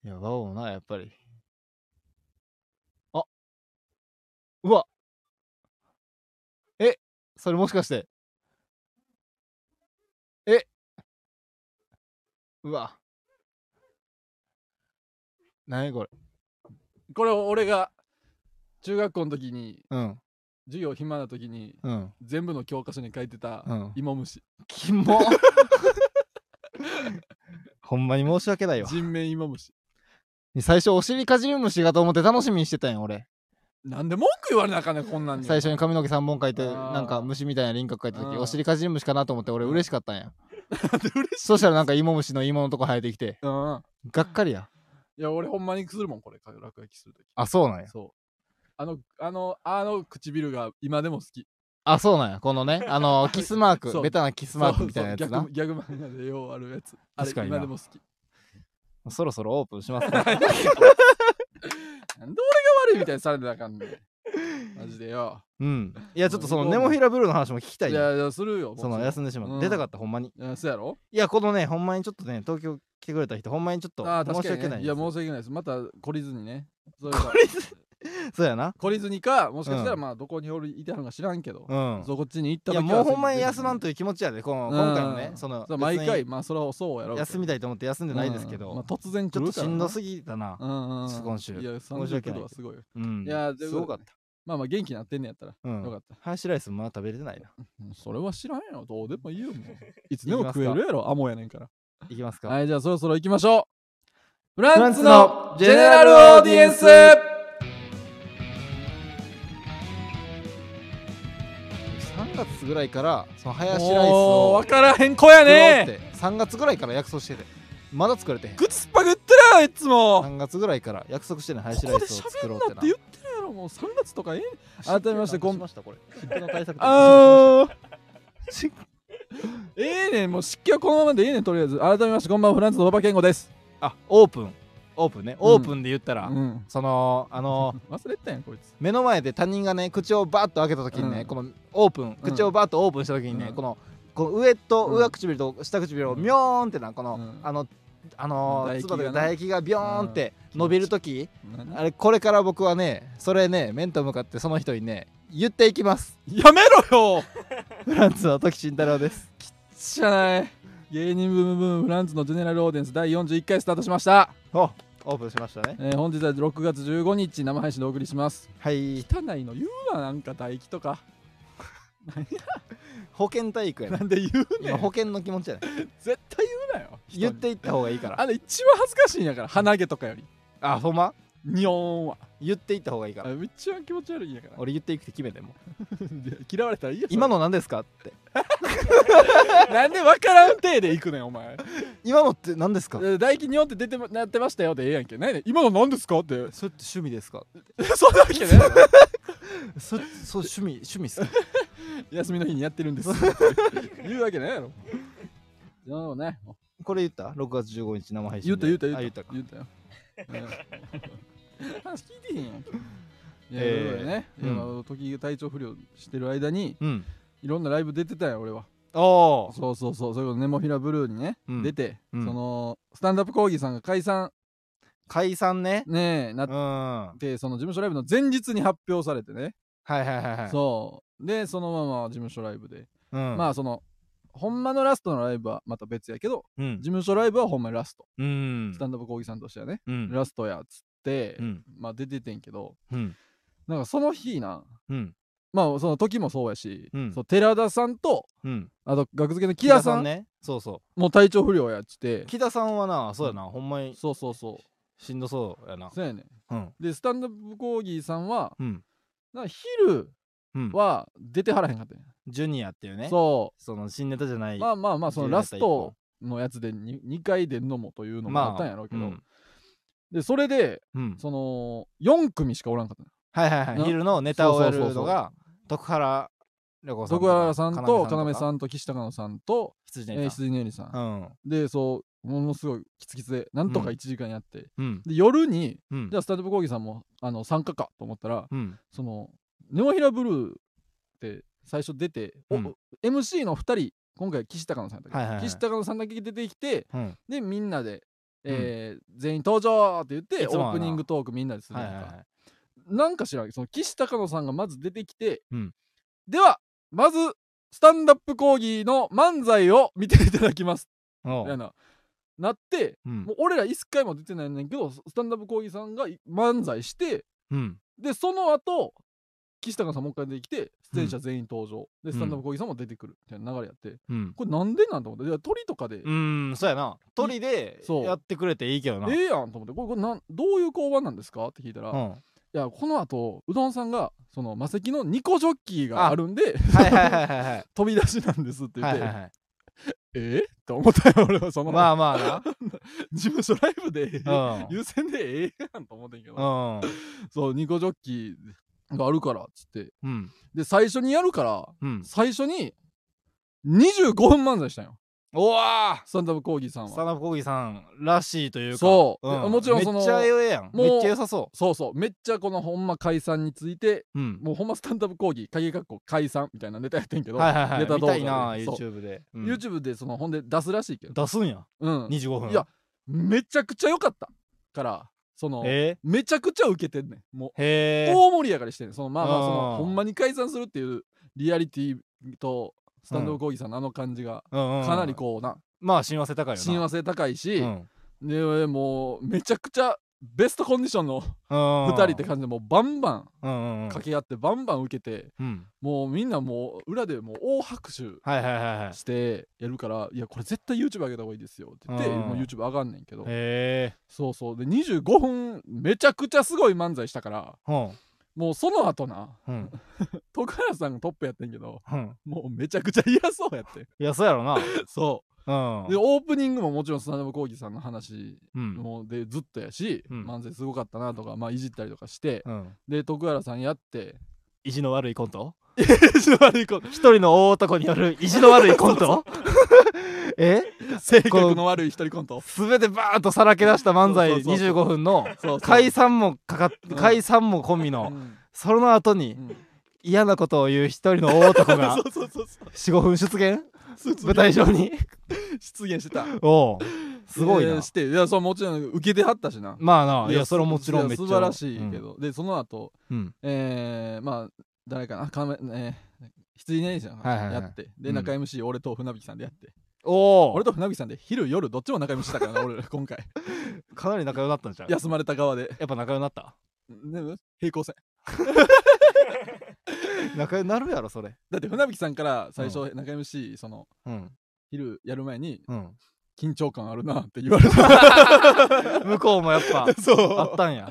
Speaker 2: いやババもなやっぱりあうわえそれもしかしてえうわ何これ
Speaker 1: これ俺が中学校の時に
Speaker 2: うん
Speaker 1: 授業暇な時に
Speaker 2: うん
Speaker 1: 全部の教科書に書いてた
Speaker 2: うん
Speaker 1: 芋虫、
Speaker 2: キモ ほんまに申し訳ないわ
Speaker 1: 人面芋虫
Speaker 2: 最初お尻かじり虫がと思って楽しみにしてたんや俺
Speaker 1: なんで文句言われなあかんねんこんなんに
Speaker 2: 最初に髪の毛3本描いて
Speaker 1: あー
Speaker 2: なんか虫みたいな輪郭描いた時
Speaker 1: うん
Speaker 2: お尻かじり虫かなと思って俺嬉しかったんや
Speaker 1: なんで嬉しい
Speaker 2: そしたらなんか芋虫の芋のとこ生えてきて
Speaker 1: うん
Speaker 2: がっかりや
Speaker 1: いや俺ほんまにするもんこれ落書きするとき
Speaker 2: あそうなんや
Speaker 1: そうあのあのあの唇が今でも好き
Speaker 2: あそうなんやこ のねあのキスマー
Speaker 1: そ
Speaker 2: ク
Speaker 1: う
Speaker 2: ベタなキスマークみたいなやつ
Speaker 1: そう
Speaker 2: な
Speaker 1: そうギャグギャグ漫画でようあるやつあれ
Speaker 2: 確かにな
Speaker 1: 今でも好き
Speaker 2: そろそろオープンします
Speaker 1: な
Speaker 2: か
Speaker 1: んで俺が悪いみたいにされてなあかんね んマジでよ
Speaker 2: うんいやちょっとそのネモフィラブルーの話も聞きたい
Speaker 1: い
Speaker 2: ね
Speaker 1: やいやするよ
Speaker 2: その休んでしま
Speaker 1: う
Speaker 2: っ
Speaker 1: ん
Speaker 2: て出たかったほんまに
Speaker 1: いやそうやろ
Speaker 2: いやこのねほんまにちょっとね東京来てくれた人ほんまにちょっと
Speaker 1: ああー
Speaker 2: 申
Speaker 1: 確
Speaker 2: し
Speaker 1: かに、
Speaker 2: 訳
Speaker 1: ね
Speaker 2: ない、
Speaker 1: いや申し訳ないですまた懲りずにねそ れ
Speaker 2: こ
Speaker 1: か
Speaker 2: れそうやな
Speaker 1: 懲りずにかもしかしたら
Speaker 2: うん
Speaker 1: まあどこにおるいてはるのか知らんけど、
Speaker 2: うん
Speaker 1: そうこっちに行った
Speaker 2: い
Speaker 1: 時
Speaker 2: や
Speaker 1: は
Speaker 2: もうほんまに休まん
Speaker 1: と
Speaker 2: という気持ちやでこの今回もねその
Speaker 1: 毎
Speaker 2: 別
Speaker 1: 回
Speaker 2: に
Speaker 1: まあそれはそうやろうけど
Speaker 2: 休みたいと思って休んでないですけ
Speaker 1: うんまあ
Speaker 2: ど、
Speaker 1: 突然
Speaker 2: ち
Speaker 1: 来
Speaker 2: ょっ
Speaker 1: る
Speaker 2: と
Speaker 1: から
Speaker 2: し
Speaker 1: な。
Speaker 2: んどすぎたな
Speaker 1: うんうんうん
Speaker 2: 今週
Speaker 1: いや、
Speaker 2: 申し訳
Speaker 1: 30
Speaker 2: ない
Speaker 1: 度はすごいよ。
Speaker 2: うん
Speaker 1: いやーとい
Speaker 2: す
Speaker 1: うこと
Speaker 2: ご
Speaker 1: で
Speaker 2: かっ
Speaker 1: まあまあ元気になってんねやったら。
Speaker 2: たう
Speaker 1: よか
Speaker 2: ん
Speaker 1: った。
Speaker 2: ハヤシライスもまだ食べれてない な
Speaker 1: うんそれは知らんよ。どうでもいい よ。もういつ
Speaker 2: で
Speaker 1: で
Speaker 2: も
Speaker 1: も食
Speaker 2: 食え
Speaker 1: え
Speaker 2: る
Speaker 1: るやろ。アモやねんから。
Speaker 2: いきますか
Speaker 1: はい、じゃあそろそろ行きましょう。フラ
Speaker 2: ラン
Speaker 1: ン
Speaker 2: ツ
Speaker 1: ツ
Speaker 2: の
Speaker 1: の
Speaker 2: ジ
Speaker 1: ジ
Speaker 2: ェ
Speaker 1: ェ
Speaker 2: ネ
Speaker 1: ネラ
Speaker 2: ラル
Speaker 1: ル
Speaker 2: オ
Speaker 1: オ
Speaker 2: ー
Speaker 1: ー
Speaker 2: デ
Speaker 1: デ
Speaker 2: ィ
Speaker 1: ィ
Speaker 2: エ
Speaker 1: エ
Speaker 2: ン
Speaker 1: ン
Speaker 2: ス
Speaker 1: ス
Speaker 2: 3月ぐらいからそのハヤシラ
Speaker 1: もう
Speaker 2: イスを
Speaker 1: 分からへん子やね
Speaker 2: 3月ぐらいから約束しててまだ作れてへん
Speaker 1: 靴っぱぐってるよ、いつも。
Speaker 2: 3月ぐらいから約束してねハヤ
Speaker 1: こ
Speaker 2: シラ
Speaker 1: こ
Speaker 2: イ
Speaker 1: で
Speaker 2: スを作
Speaker 1: 喋
Speaker 2: ろ
Speaker 1: る
Speaker 2: う
Speaker 1: なっ
Speaker 2: ってて
Speaker 1: 言
Speaker 2: な
Speaker 1: ってるやろ。もう3月とかえ え改めましてこん
Speaker 2: 失敬なんかましたこれ湿気の対策
Speaker 1: あー
Speaker 2: し
Speaker 1: ええねん。もう湿気はこのままでええねん、とりあえず。改めましてこんばんは、フランツの馬場健吾です。
Speaker 2: あオープンオープンねオープンで言ったら、
Speaker 1: うん。
Speaker 2: そのあの
Speaker 1: 忘れてたやん、こいつ。
Speaker 2: 目の前で他人がね口をバーッと開けた時にね、
Speaker 1: うん
Speaker 2: このオープン口をバーッとオープンした時にね、
Speaker 1: うん
Speaker 2: このこの上と
Speaker 1: うん
Speaker 2: 上唇と下唇をミョーンってなこの、
Speaker 1: うん
Speaker 2: あのあの
Speaker 1: 唾
Speaker 2: 唾
Speaker 1: 液が
Speaker 2: 唾
Speaker 1: ね
Speaker 2: 唾液がビョーンって伸びる時、
Speaker 1: 何
Speaker 2: あれこれから僕はねそれね面と向かってその人にね言っていきます
Speaker 1: やめろよ
Speaker 2: フランスの時慎太郎です
Speaker 1: 知らない芸人ブームブームフランツのジェネラルオーディエンス第41回スタートしました、
Speaker 2: おオープンしましたね
Speaker 1: えー本日は6月15日生配信でお送りします
Speaker 2: はい
Speaker 1: 汚いの言うななんか唾液とか
Speaker 2: 保健体育や
Speaker 1: な
Speaker 2: ね
Speaker 1: んで言うね
Speaker 2: 今
Speaker 1: ん
Speaker 2: 保健の気持ちやね
Speaker 1: 絶対言うなよ人に
Speaker 2: 言っていった方がいいから
Speaker 1: あれ一番恥ずかしいんやから鼻毛とかより
Speaker 2: あほんま
Speaker 1: にょーんは
Speaker 2: 言っていった方がいいから
Speaker 1: あれ一番気持ち悪いんやから
Speaker 2: 俺言っていくって決めてもう
Speaker 1: 嫌われたらいいよ
Speaker 2: 今の何ですかって
Speaker 1: なんで分からん体で行くねんお前
Speaker 2: 今のって何ですか
Speaker 1: えー唾液にょんって出てまなってましたよでええやんけないねん今の何ですかって
Speaker 2: それって趣味ですか
Speaker 1: そんなわけね
Speaker 2: そそう趣味趣味っすか
Speaker 1: 休みの日にやってるん です言うわけないやろなるほどね
Speaker 2: これ言った ?6 月15日生配
Speaker 1: 言
Speaker 2: 信
Speaker 1: っ
Speaker 2: で。
Speaker 1: た言った
Speaker 2: あ
Speaker 1: 言
Speaker 2: 言
Speaker 1: っ
Speaker 2: ったたか。
Speaker 1: 言ったよ 話聞いてへんやんいや、
Speaker 2: えー
Speaker 1: ということでね、
Speaker 2: うん
Speaker 1: いやあの時々体調不良してる間に
Speaker 2: うん。
Speaker 1: いろんなライブ出てたよ俺は
Speaker 2: おー
Speaker 1: そうそうそうそれこそネモフィラブルーにね、
Speaker 2: うん
Speaker 1: 出て、
Speaker 2: うん
Speaker 1: そのスタンダップ講義さんが解散
Speaker 2: 解散ね。
Speaker 1: ねえな
Speaker 2: う
Speaker 1: っ
Speaker 2: ん。は
Speaker 1: て、その事務所ライブの前日に発表されてね、
Speaker 2: いはいはいはい。
Speaker 1: そうでそのまま事務所ライブで、
Speaker 2: う。ん。
Speaker 1: まあそのほんまのラストのライブはまた別やけど
Speaker 2: う
Speaker 1: 事
Speaker 2: ん。
Speaker 1: 務所ライブはほんまにラスト、
Speaker 2: うん
Speaker 1: ス。タンダップ講義さんとしてはね、
Speaker 2: うん。
Speaker 1: ラストやっつって、
Speaker 2: うん。
Speaker 1: まあ出ててんけど
Speaker 2: うん。
Speaker 1: なんかその日な
Speaker 2: うん。
Speaker 1: まあその時もそうやし、
Speaker 2: うん
Speaker 1: そう寺田さんと
Speaker 2: うん。
Speaker 1: あと学付けの木田さん
Speaker 2: ね。そうそ
Speaker 1: もう体調不良やっつって
Speaker 2: う。木田さんはな、そうやな。ほんまに
Speaker 1: そうそうそ
Speaker 2: しんどそうやな
Speaker 1: う。そうやね
Speaker 2: うん。
Speaker 1: でスタンダップ講義さんは
Speaker 2: うん。
Speaker 1: なんか昼
Speaker 2: うん。
Speaker 1: は出てはらへんかったんや
Speaker 2: ジュニアっていうね。
Speaker 1: そ
Speaker 2: その新ネタじゃな
Speaker 1: う
Speaker 2: い。
Speaker 1: まあまあまあその
Speaker 2: ジュニア
Speaker 1: ラストのやつで 2, 回出んのもというのも
Speaker 2: まあ
Speaker 1: あったんやろうけ
Speaker 2: う
Speaker 1: ど、
Speaker 2: ん。
Speaker 1: でそれで
Speaker 2: うん。
Speaker 1: その4組しかおらんかったんや
Speaker 2: はいはいは。
Speaker 1: ない
Speaker 2: 昼のネタをや
Speaker 1: そう
Speaker 2: る
Speaker 1: そう
Speaker 2: の
Speaker 1: そう
Speaker 2: が、徳原旅行さんと
Speaker 1: 徳
Speaker 2: か。
Speaker 1: 原さんと要さ
Speaker 2: ん。
Speaker 1: んと岸高野さんと
Speaker 2: 羊
Speaker 1: えー
Speaker 2: ね。
Speaker 1: 羊ねりさん
Speaker 2: う、ん。
Speaker 1: でそうものすごいキツキツでなんとか
Speaker 2: うん
Speaker 1: 1時間やって、
Speaker 2: うん。
Speaker 1: で夜に
Speaker 2: うん
Speaker 1: じゃあスタジオ講義さんもあの参加かと思ったら
Speaker 2: うん。
Speaker 1: そのネモヒラブルーって最初出て、お
Speaker 2: うん
Speaker 1: MC の2人今回岸高野さんだけ、
Speaker 2: はいはいはい
Speaker 1: 岸高野さんだけ出てきて
Speaker 2: うん。
Speaker 1: でみんなで、えー全員登場って言って
Speaker 2: い
Speaker 1: オ
Speaker 2: つもはな
Speaker 1: ープニングトークみんなでする
Speaker 2: はい
Speaker 1: やん
Speaker 2: はい
Speaker 1: か、
Speaker 2: はい。
Speaker 1: なんか知らんけどその岸高野さんがまず出てきて、
Speaker 2: うん
Speaker 1: ではまずスタンダップ講義の漫才を見ていただきますみ
Speaker 2: おう
Speaker 1: たいななって
Speaker 2: うん
Speaker 1: もう俺ら一回も出てないねんけどスタンダップ講義さんがい漫才して
Speaker 2: うん。
Speaker 1: でその後岸高野さんもう一回出てきて出演者全員登場、で
Speaker 2: ん
Speaker 1: スタンダップ講義さんも出てくるみたいな流れやって
Speaker 2: うん。
Speaker 1: これなんでなんと思っていや鳥とかで、
Speaker 2: うん、そうやな。鳥で
Speaker 1: そう
Speaker 2: やってくれていいけどな。
Speaker 1: ええやんと思ってこれこれなんどういう交番なんですかって聞いたら、
Speaker 2: う
Speaker 1: い
Speaker 2: ん。は
Speaker 1: やこの後うどんさんがその魔石の2個ジョッキーがあるんで
Speaker 2: いはいはいはいはい。
Speaker 1: 飛び出しなんです って言
Speaker 2: は
Speaker 1: っ
Speaker 2: い
Speaker 1: て、
Speaker 2: はいはい。
Speaker 1: えーと思ったよ俺はその、
Speaker 2: まあま
Speaker 1: 事務所ライブで、
Speaker 2: あな。
Speaker 1: 優先でええやんと思ってんけど、
Speaker 2: うん。うん。
Speaker 1: そうニコジョッキーがあるからっつって
Speaker 2: うん。
Speaker 1: で最初にやるから
Speaker 2: うん。
Speaker 1: 最初に25分漫才したんよ
Speaker 2: おわ
Speaker 1: スタンダップコーギーさん
Speaker 2: ー
Speaker 1: は
Speaker 2: スタナフコーギーさんらしいというか。
Speaker 1: そう
Speaker 2: うん
Speaker 1: でもちろんその
Speaker 2: めっちゃええやん。
Speaker 1: もう
Speaker 2: めっちゃ良さそ
Speaker 1: そうそうめっちゃこのほんま解散について
Speaker 2: う。うん。
Speaker 1: もうほんまスタンダップ講義鍵括弧解散みたいなネタやってんけど、
Speaker 2: はいはいはい。
Speaker 1: ネタ
Speaker 2: 見
Speaker 1: 動画
Speaker 2: た
Speaker 1: で
Speaker 2: いな、
Speaker 1: そう
Speaker 2: YouTube で。うん
Speaker 1: YouTube でそのほんで出すらしいけど、
Speaker 2: 出すんや。
Speaker 1: うん、
Speaker 2: 25分。
Speaker 1: いや、めちゃくちゃ良かったからその、
Speaker 2: え
Speaker 1: めちゃくちゃウケてんねんもう
Speaker 2: ー、へえ。
Speaker 1: 大盛り上がりしてんねんそのまあまあその
Speaker 2: あー
Speaker 1: ほんまに解散するっていうリアリティとスタンダップ講義さんのあの感じが
Speaker 2: うんうん
Speaker 1: かなりこうな
Speaker 2: まあ親和性高いよな
Speaker 1: 親和性高いし、
Speaker 2: うん
Speaker 1: でもうめちゃくちゃベストコンディションの
Speaker 2: うん
Speaker 1: 2人って感じでもうバンバン
Speaker 2: うんうんうん
Speaker 1: 掛け合ってバンバン受けて
Speaker 2: うん
Speaker 1: もうみんなもう裏でもう大拍手
Speaker 2: はいはいはいはいへ
Speaker 1: してやるからいやこれ絶対 YouTube 上げた方がいいですよって言って
Speaker 2: うん
Speaker 1: もう YouTube 上がんねんけど
Speaker 2: え
Speaker 1: そうそうで25分めちゃくちゃすごい漫才したから
Speaker 2: うん
Speaker 1: もうその後な
Speaker 2: うん
Speaker 1: 徳原さんがトップやってんけど
Speaker 2: うん
Speaker 1: もうめちゃくちゃ嫌そうやってん
Speaker 2: いや そうやろな
Speaker 1: そう うでオープニングももちろんスタンダップ講義さんの話
Speaker 2: んうん
Speaker 1: もうでずっとやし、
Speaker 2: うん
Speaker 1: 漫才すごかったなとか、まあ、いじったりとかして、
Speaker 2: うん
Speaker 1: で徳原さんや って
Speaker 2: 意地の悪いコント
Speaker 1: 意地の悪い こと
Speaker 2: 一人の大男による意地の悪いコント え
Speaker 1: 性格の悪い一人コント
Speaker 2: すべてバーッとさらけ出した漫才
Speaker 1: そうそうそう
Speaker 2: 25分の
Speaker 1: そうそう
Speaker 2: 解散もかかっ
Speaker 1: うん
Speaker 2: 解散も込み
Speaker 1: う
Speaker 2: の
Speaker 1: ん
Speaker 2: その後
Speaker 1: う
Speaker 2: に
Speaker 1: ん
Speaker 2: 嫌なことを言う一人の大 男が
Speaker 1: そうそうそうそう
Speaker 2: 45分出現
Speaker 1: 出現
Speaker 2: 舞台上に
Speaker 1: 出現してた
Speaker 2: おうすごい
Speaker 1: えー
Speaker 2: な
Speaker 1: していやそうもちろん受けてはったしな
Speaker 2: まあないや
Speaker 1: す
Speaker 2: それはもちろんめっち
Speaker 1: 素
Speaker 2: ゃ
Speaker 1: 晴らしいけど、でその後
Speaker 2: うん
Speaker 1: えー、まあ誰かなかめ、えー、羊ねえじゃん、
Speaker 2: はいはいはい
Speaker 1: やってで
Speaker 2: うん
Speaker 1: 中 MC、俺と船引さんでやって
Speaker 2: お
Speaker 1: 俺
Speaker 2: お
Speaker 1: と船引さんで昼夜どっちも中 MC したからな 俺ら今回
Speaker 2: かなり仲良くなったんじゃんや
Speaker 1: 休まれた側で、
Speaker 2: っぱ仲良くなった
Speaker 1: ね、平行線
Speaker 2: 仲良くなるやろそれ
Speaker 1: だって船引さんから最初中 MC その
Speaker 2: うん
Speaker 1: 昼やる前に
Speaker 2: うん
Speaker 1: 緊張感あるなって言われた
Speaker 2: 向こうもやっ ぱ
Speaker 1: そう
Speaker 2: あったん や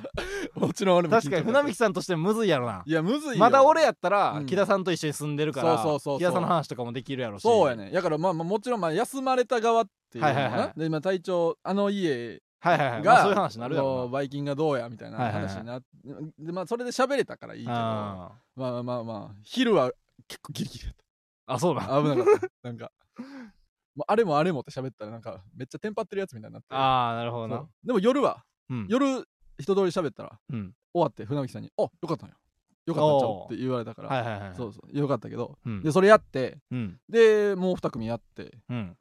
Speaker 1: もちろん俺も
Speaker 2: 確かに船
Speaker 1: 引
Speaker 2: 引さんとしてむずいやろない
Speaker 1: やむずいよ
Speaker 2: まだ俺やった
Speaker 1: う
Speaker 2: ら
Speaker 1: ん
Speaker 2: 木田さんと一緒に住んでるから
Speaker 1: そうそうそうそう
Speaker 2: 木田さんの話とかもできるやろし
Speaker 1: そうやねだからまあまあもちろんまあ休まれた側っていうのかな、
Speaker 2: はいはいはい
Speaker 1: で今隊長あの家
Speaker 2: はいはい
Speaker 1: が、
Speaker 2: はいまあそういう話になるや
Speaker 1: そう
Speaker 2: ろ
Speaker 1: バイキンがどうやみたいな
Speaker 2: はいはいはい
Speaker 1: 話になって、でまあそれで喋れたからいいけど
Speaker 2: な
Speaker 1: まあまあまあ昼は結構ギリギリやっ
Speaker 2: あ、そうだ。
Speaker 1: 危なかった。なんか、もうあれもあれもって喋ったら、なんか、めっちゃテンパってるやつみたいになって。
Speaker 2: ああ、なるほど
Speaker 1: そ
Speaker 2: な
Speaker 1: う。でも夜は、
Speaker 2: うん。
Speaker 1: 夜、人通り喋ったら、
Speaker 2: うん。
Speaker 1: 終わって船木さんに、あよかったんや。よかったんちゃうって言われたから、
Speaker 2: はいはいはい。
Speaker 1: そうそう、よかったけど、
Speaker 2: うん。
Speaker 1: で、それやって、
Speaker 2: うん。
Speaker 1: で、もう2組やって、
Speaker 2: うん。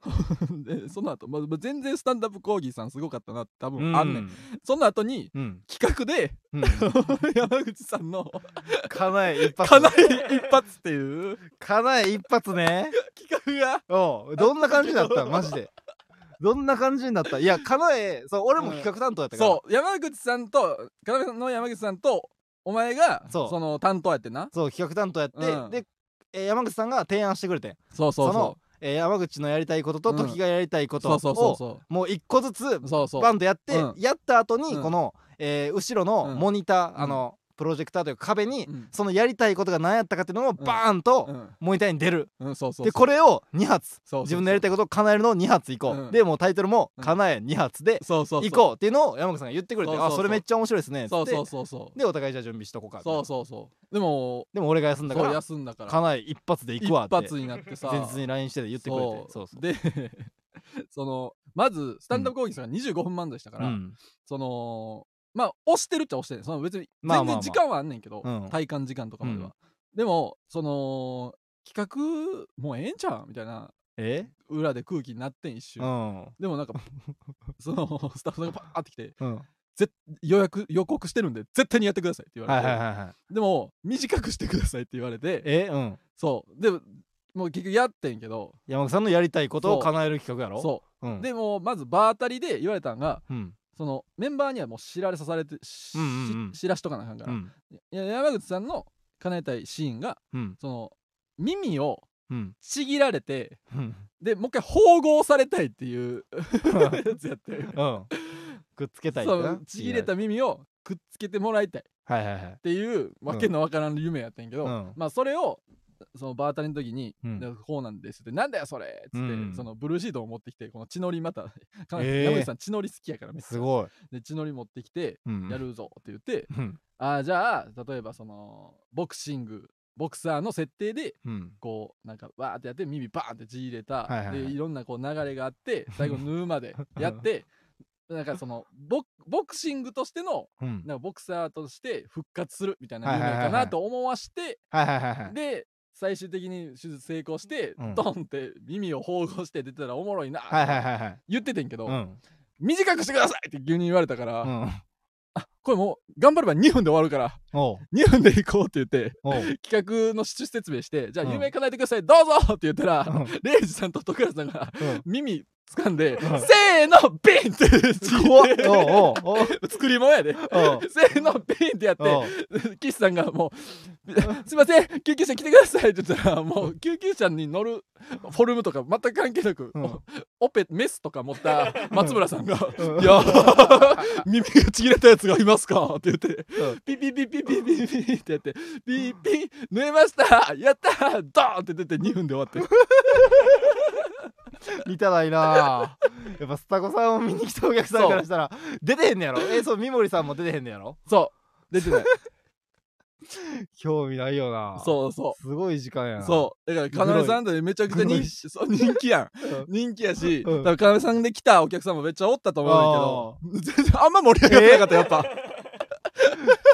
Speaker 1: で、その後、まあ、まあ全然スタンダップ講義さんすごかったな、多
Speaker 2: う
Speaker 1: 分
Speaker 2: ん。
Speaker 1: あんねん。その後に、
Speaker 2: うん。
Speaker 1: 企画で、
Speaker 2: うん。
Speaker 1: 山口さんの、
Speaker 2: かなえ一発。
Speaker 1: かなえ一発っていう
Speaker 2: かなえ一 発ね。
Speaker 1: 企画が、
Speaker 2: おうどんな感じだったマジで。どんな感じになったいや、かなえ、そう、俺も企画担当やったから。
Speaker 1: そう、山口さんと、かなえの山口さんと、お前が、
Speaker 2: そう
Speaker 1: その担当やってんな。
Speaker 2: そう、企画担当や
Speaker 1: う
Speaker 2: っ
Speaker 1: ん
Speaker 2: て、で、えー山口さんが提案してくれてん。
Speaker 1: そうそう
Speaker 2: そ
Speaker 1: そ
Speaker 2: の、えー山口のやりたいことと、
Speaker 1: うん
Speaker 2: 時がやりたいこ
Speaker 1: う。
Speaker 2: と
Speaker 1: そうそうそう
Speaker 2: を、
Speaker 1: そ
Speaker 2: もう一個ずつ
Speaker 1: う。そうそう。
Speaker 2: バンとやって
Speaker 1: うん
Speaker 2: やった後に
Speaker 1: うん
Speaker 2: このえー後ろ
Speaker 1: う
Speaker 2: の
Speaker 1: ん
Speaker 2: モニタ
Speaker 1: うん
Speaker 2: ーあのプロジェクターというか壁に
Speaker 1: うん
Speaker 2: そのやりたいことが何やったかっていうのをバーンと
Speaker 1: うん
Speaker 2: モニターに出る
Speaker 1: うん、そうそうそう。
Speaker 2: でこれを2発
Speaker 1: そうそうそう、
Speaker 2: 自分のやりたいことを叶えるのを2発いこ
Speaker 1: うん
Speaker 2: うでもうタイトルも
Speaker 1: う
Speaker 2: 「
Speaker 1: ん
Speaker 2: 叶え2発」で
Speaker 1: そうそうそう。
Speaker 2: いこうっていうのを山口さんが言ってくれ
Speaker 1: そう
Speaker 2: て「
Speaker 1: そうそう
Speaker 2: あそれめっちゃ面白いですね」っつ
Speaker 1: そ
Speaker 2: っ
Speaker 1: うそう
Speaker 2: て
Speaker 1: そうそう。
Speaker 2: でお互いじゃあ準備しとこうか
Speaker 1: そうそうそう。でも、
Speaker 2: でも俺が休んだか
Speaker 1: そう
Speaker 2: ら
Speaker 1: 休んだ
Speaker 2: 「
Speaker 1: から、
Speaker 2: 叶え一発でい
Speaker 1: 一
Speaker 2: くわ」って
Speaker 1: 発になってさ、
Speaker 2: 前日に LINE してて言ってくれて
Speaker 1: そ
Speaker 2: そううそう
Speaker 1: で、 その、まず、スタンダップ講義さんが25分漫才したから、
Speaker 2: うん
Speaker 1: その、まあ、押してるっちゃ押してる。その別に、
Speaker 2: まあま
Speaker 1: 全
Speaker 2: あま
Speaker 1: 然
Speaker 2: あ
Speaker 1: 時間はあんねんけど、
Speaker 2: うん
Speaker 1: 体感時間とかまでは。
Speaker 2: うん
Speaker 1: でも、その、企画、もうええんちゃうみたいな、
Speaker 2: え
Speaker 1: 裏で空気になってん一瞬。
Speaker 2: うん
Speaker 1: でもなん か、その、スタッフさんがパーって来て、
Speaker 2: うん
Speaker 1: 予約、予告してるんで、絶対にやってくださいって言わ
Speaker 2: は
Speaker 1: れ
Speaker 2: い
Speaker 1: て、
Speaker 2: はいはいはい
Speaker 1: でも、短くしてくださいって言われて、
Speaker 2: えうん
Speaker 1: そう。でも、もう結局やってんけど、
Speaker 2: 山口さんのやりたいことを叶える企画やろ、
Speaker 1: そうう。
Speaker 2: ん、
Speaker 1: でも、まず場当たりで言われたんが、
Speaker 2: うん
Speaker 1: そのメンバーにはもう知られさされて、し
Speaker 2: うんうんうん
Speaker 1: 知らしとかなあかんか
Speaker 2: う
Speaker 1: ら、
Speaker 2: ん
Speaker 1: いや山口さんの叶えたいシーンが、
Speaker 2: うん
Speaker 1: その、耳を
Speaker 2: うん
Speaker 1: ちぎられて、
Speaker 2: うん
Speaker 1: で、もう一回縫合されたいっていう やつやって。
Speaker 2: うんくっつけた い
Speaker 1: そ
Speaker 2: かな
Speaker 1: うちぎれた耳をくっつけてもらいたいっ
Speaker 2: はいはいはい
Speaker 1: ていうわけのわからん夢やったんやけど、
Speaker 2: うん
Speaker 1: まあそれをそのバータリの時に、
Speaker 2: うん
Speaker 1: なんかこうなんですって「なんだよそれ!」っつって、
Speaker 2: うん
Speaker 1: そのブルーシートを持ってきてこの血のりまたかなり
Speaker 2: えー
Speaker 1: 山口さん血のり好きやからめっちゃ
Speaker 2: すごい、
Speaker 1: で血のり持ってきて
Speaker 2: うん、
Speaker 1: やるぞって言って、
Speaker 2: うん
Speaker 1: ああじゃあ例えばそのボクシングボクサーの設定で
Speaker 2: うん
Speaker 1: こうなんかわーってやって耳バーンって血入れた、
Speaker 2: はいはいはい
Speaker 1: でいろんなこう流れがあって最後縫うまでや って。なんかそのボボクシングとしての
Speaker 2: うん
Speaker 1: なんかボクサーとして復活するみたいな夢かなと思わして、
Speaker 2: はいはいはいはい
Speaker 1: で最終的に手術成功して、
Speaker 2: うん
Speaker 1: ドンって耳を縫合して出てたらおもろいな、
Speaker 2: はいはいはいはい
Speaker 1: 言っててんけど、
Speaker 2: うん
Speaker 1: 短くしてくださいって急に言われたから、
Speaker 2: うん
Speaker 1: これもう頑張れば2分で終わるから
Speaker 2: おう
Speaker 1: 2分で行こうって言って
Speaker 2: おう
Speaker 1: 企画の趣旨説明してじゃあ
Speaker 2: うん
Speaker 1: 夢叶えてください、どうぞって言ったら、
Speaker 2: うん
Speaker 1: レイジさんと徳良さんが
Speaker 2: うん
Speaker 1: 耳掴んで、
Speaker 2: ん
Speaker 1: せーのビンって
Speaker 2: 怖っ
Speaker 1: ちぎって
Speaker 2: おうおうおう
Speaker 1: 作り物やで。
Speaker 2: おう
Speaker 1: せーのビンってやって
Speaker 2: おう
Speaker 1: 岸さんがもう「すいません救急車来てください」って言ったらもう救急車に乗るフォルムとか全く関係なく、
Speaker 2: うん
Speaker 1: オペメスとか持った松村さんが「
Speaker 2: うん
Speaker 1: いやー 耳がちぎれたやつがいますか?」って言って
Speaker 2: うん
Speaker 1: ピピピピピピピピってやってピピ縫えましたやったードーンって出て2分で終わって
Speaker 2: 見たないなやっぱスタコさんを見に来たお客さんからしたら出てへんねやろえそう三森さんも出てへんねやろ
Speaker 1: そう出てない
Speaker 2: 興味ないよな
Speaker 1: そうそ
Speaker 2: すごい時間や
Speaker 1: う
Speaker 2: な
Speaker 1: そうだから要さんってめちゃくちゃ人気そう人気やん
Speaker 2: うん
Speaker 1: 人気やし、
Speaker 2: うん
Speaker 1: 多分要さんで来たお客さんもめっちゃおったと思うんだけど全然あんま盛り上がってなかったやっぱ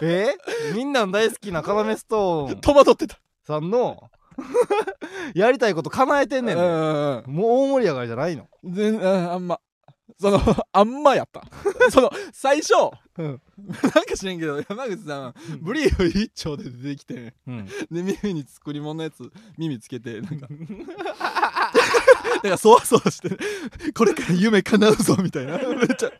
Speaker 2: えみんなの大好きな要ストーン
Speaker 1: 戸惑ってた
Speaker 2: さんの やりたいこと叶えてん
Speaker 1: うん
Speaker 2: ねん
Speaker 1: う
Speaker 2: ね
Speaker 1: んうん
Speaker 2: もう大盛り上がりじゃないの
Speaker 1: 全うんあんまそのあんまやったその最初
Speaker 2: うん
Speaker 1: なんか知らんけど山口さんブリーフ一丁で出てきて
Speaker 2: うん
Speaker 1: で耳に作り物のやつ耳つけてなんかだからそわそわしてこれから夢叶うぞみたいなめっちゃ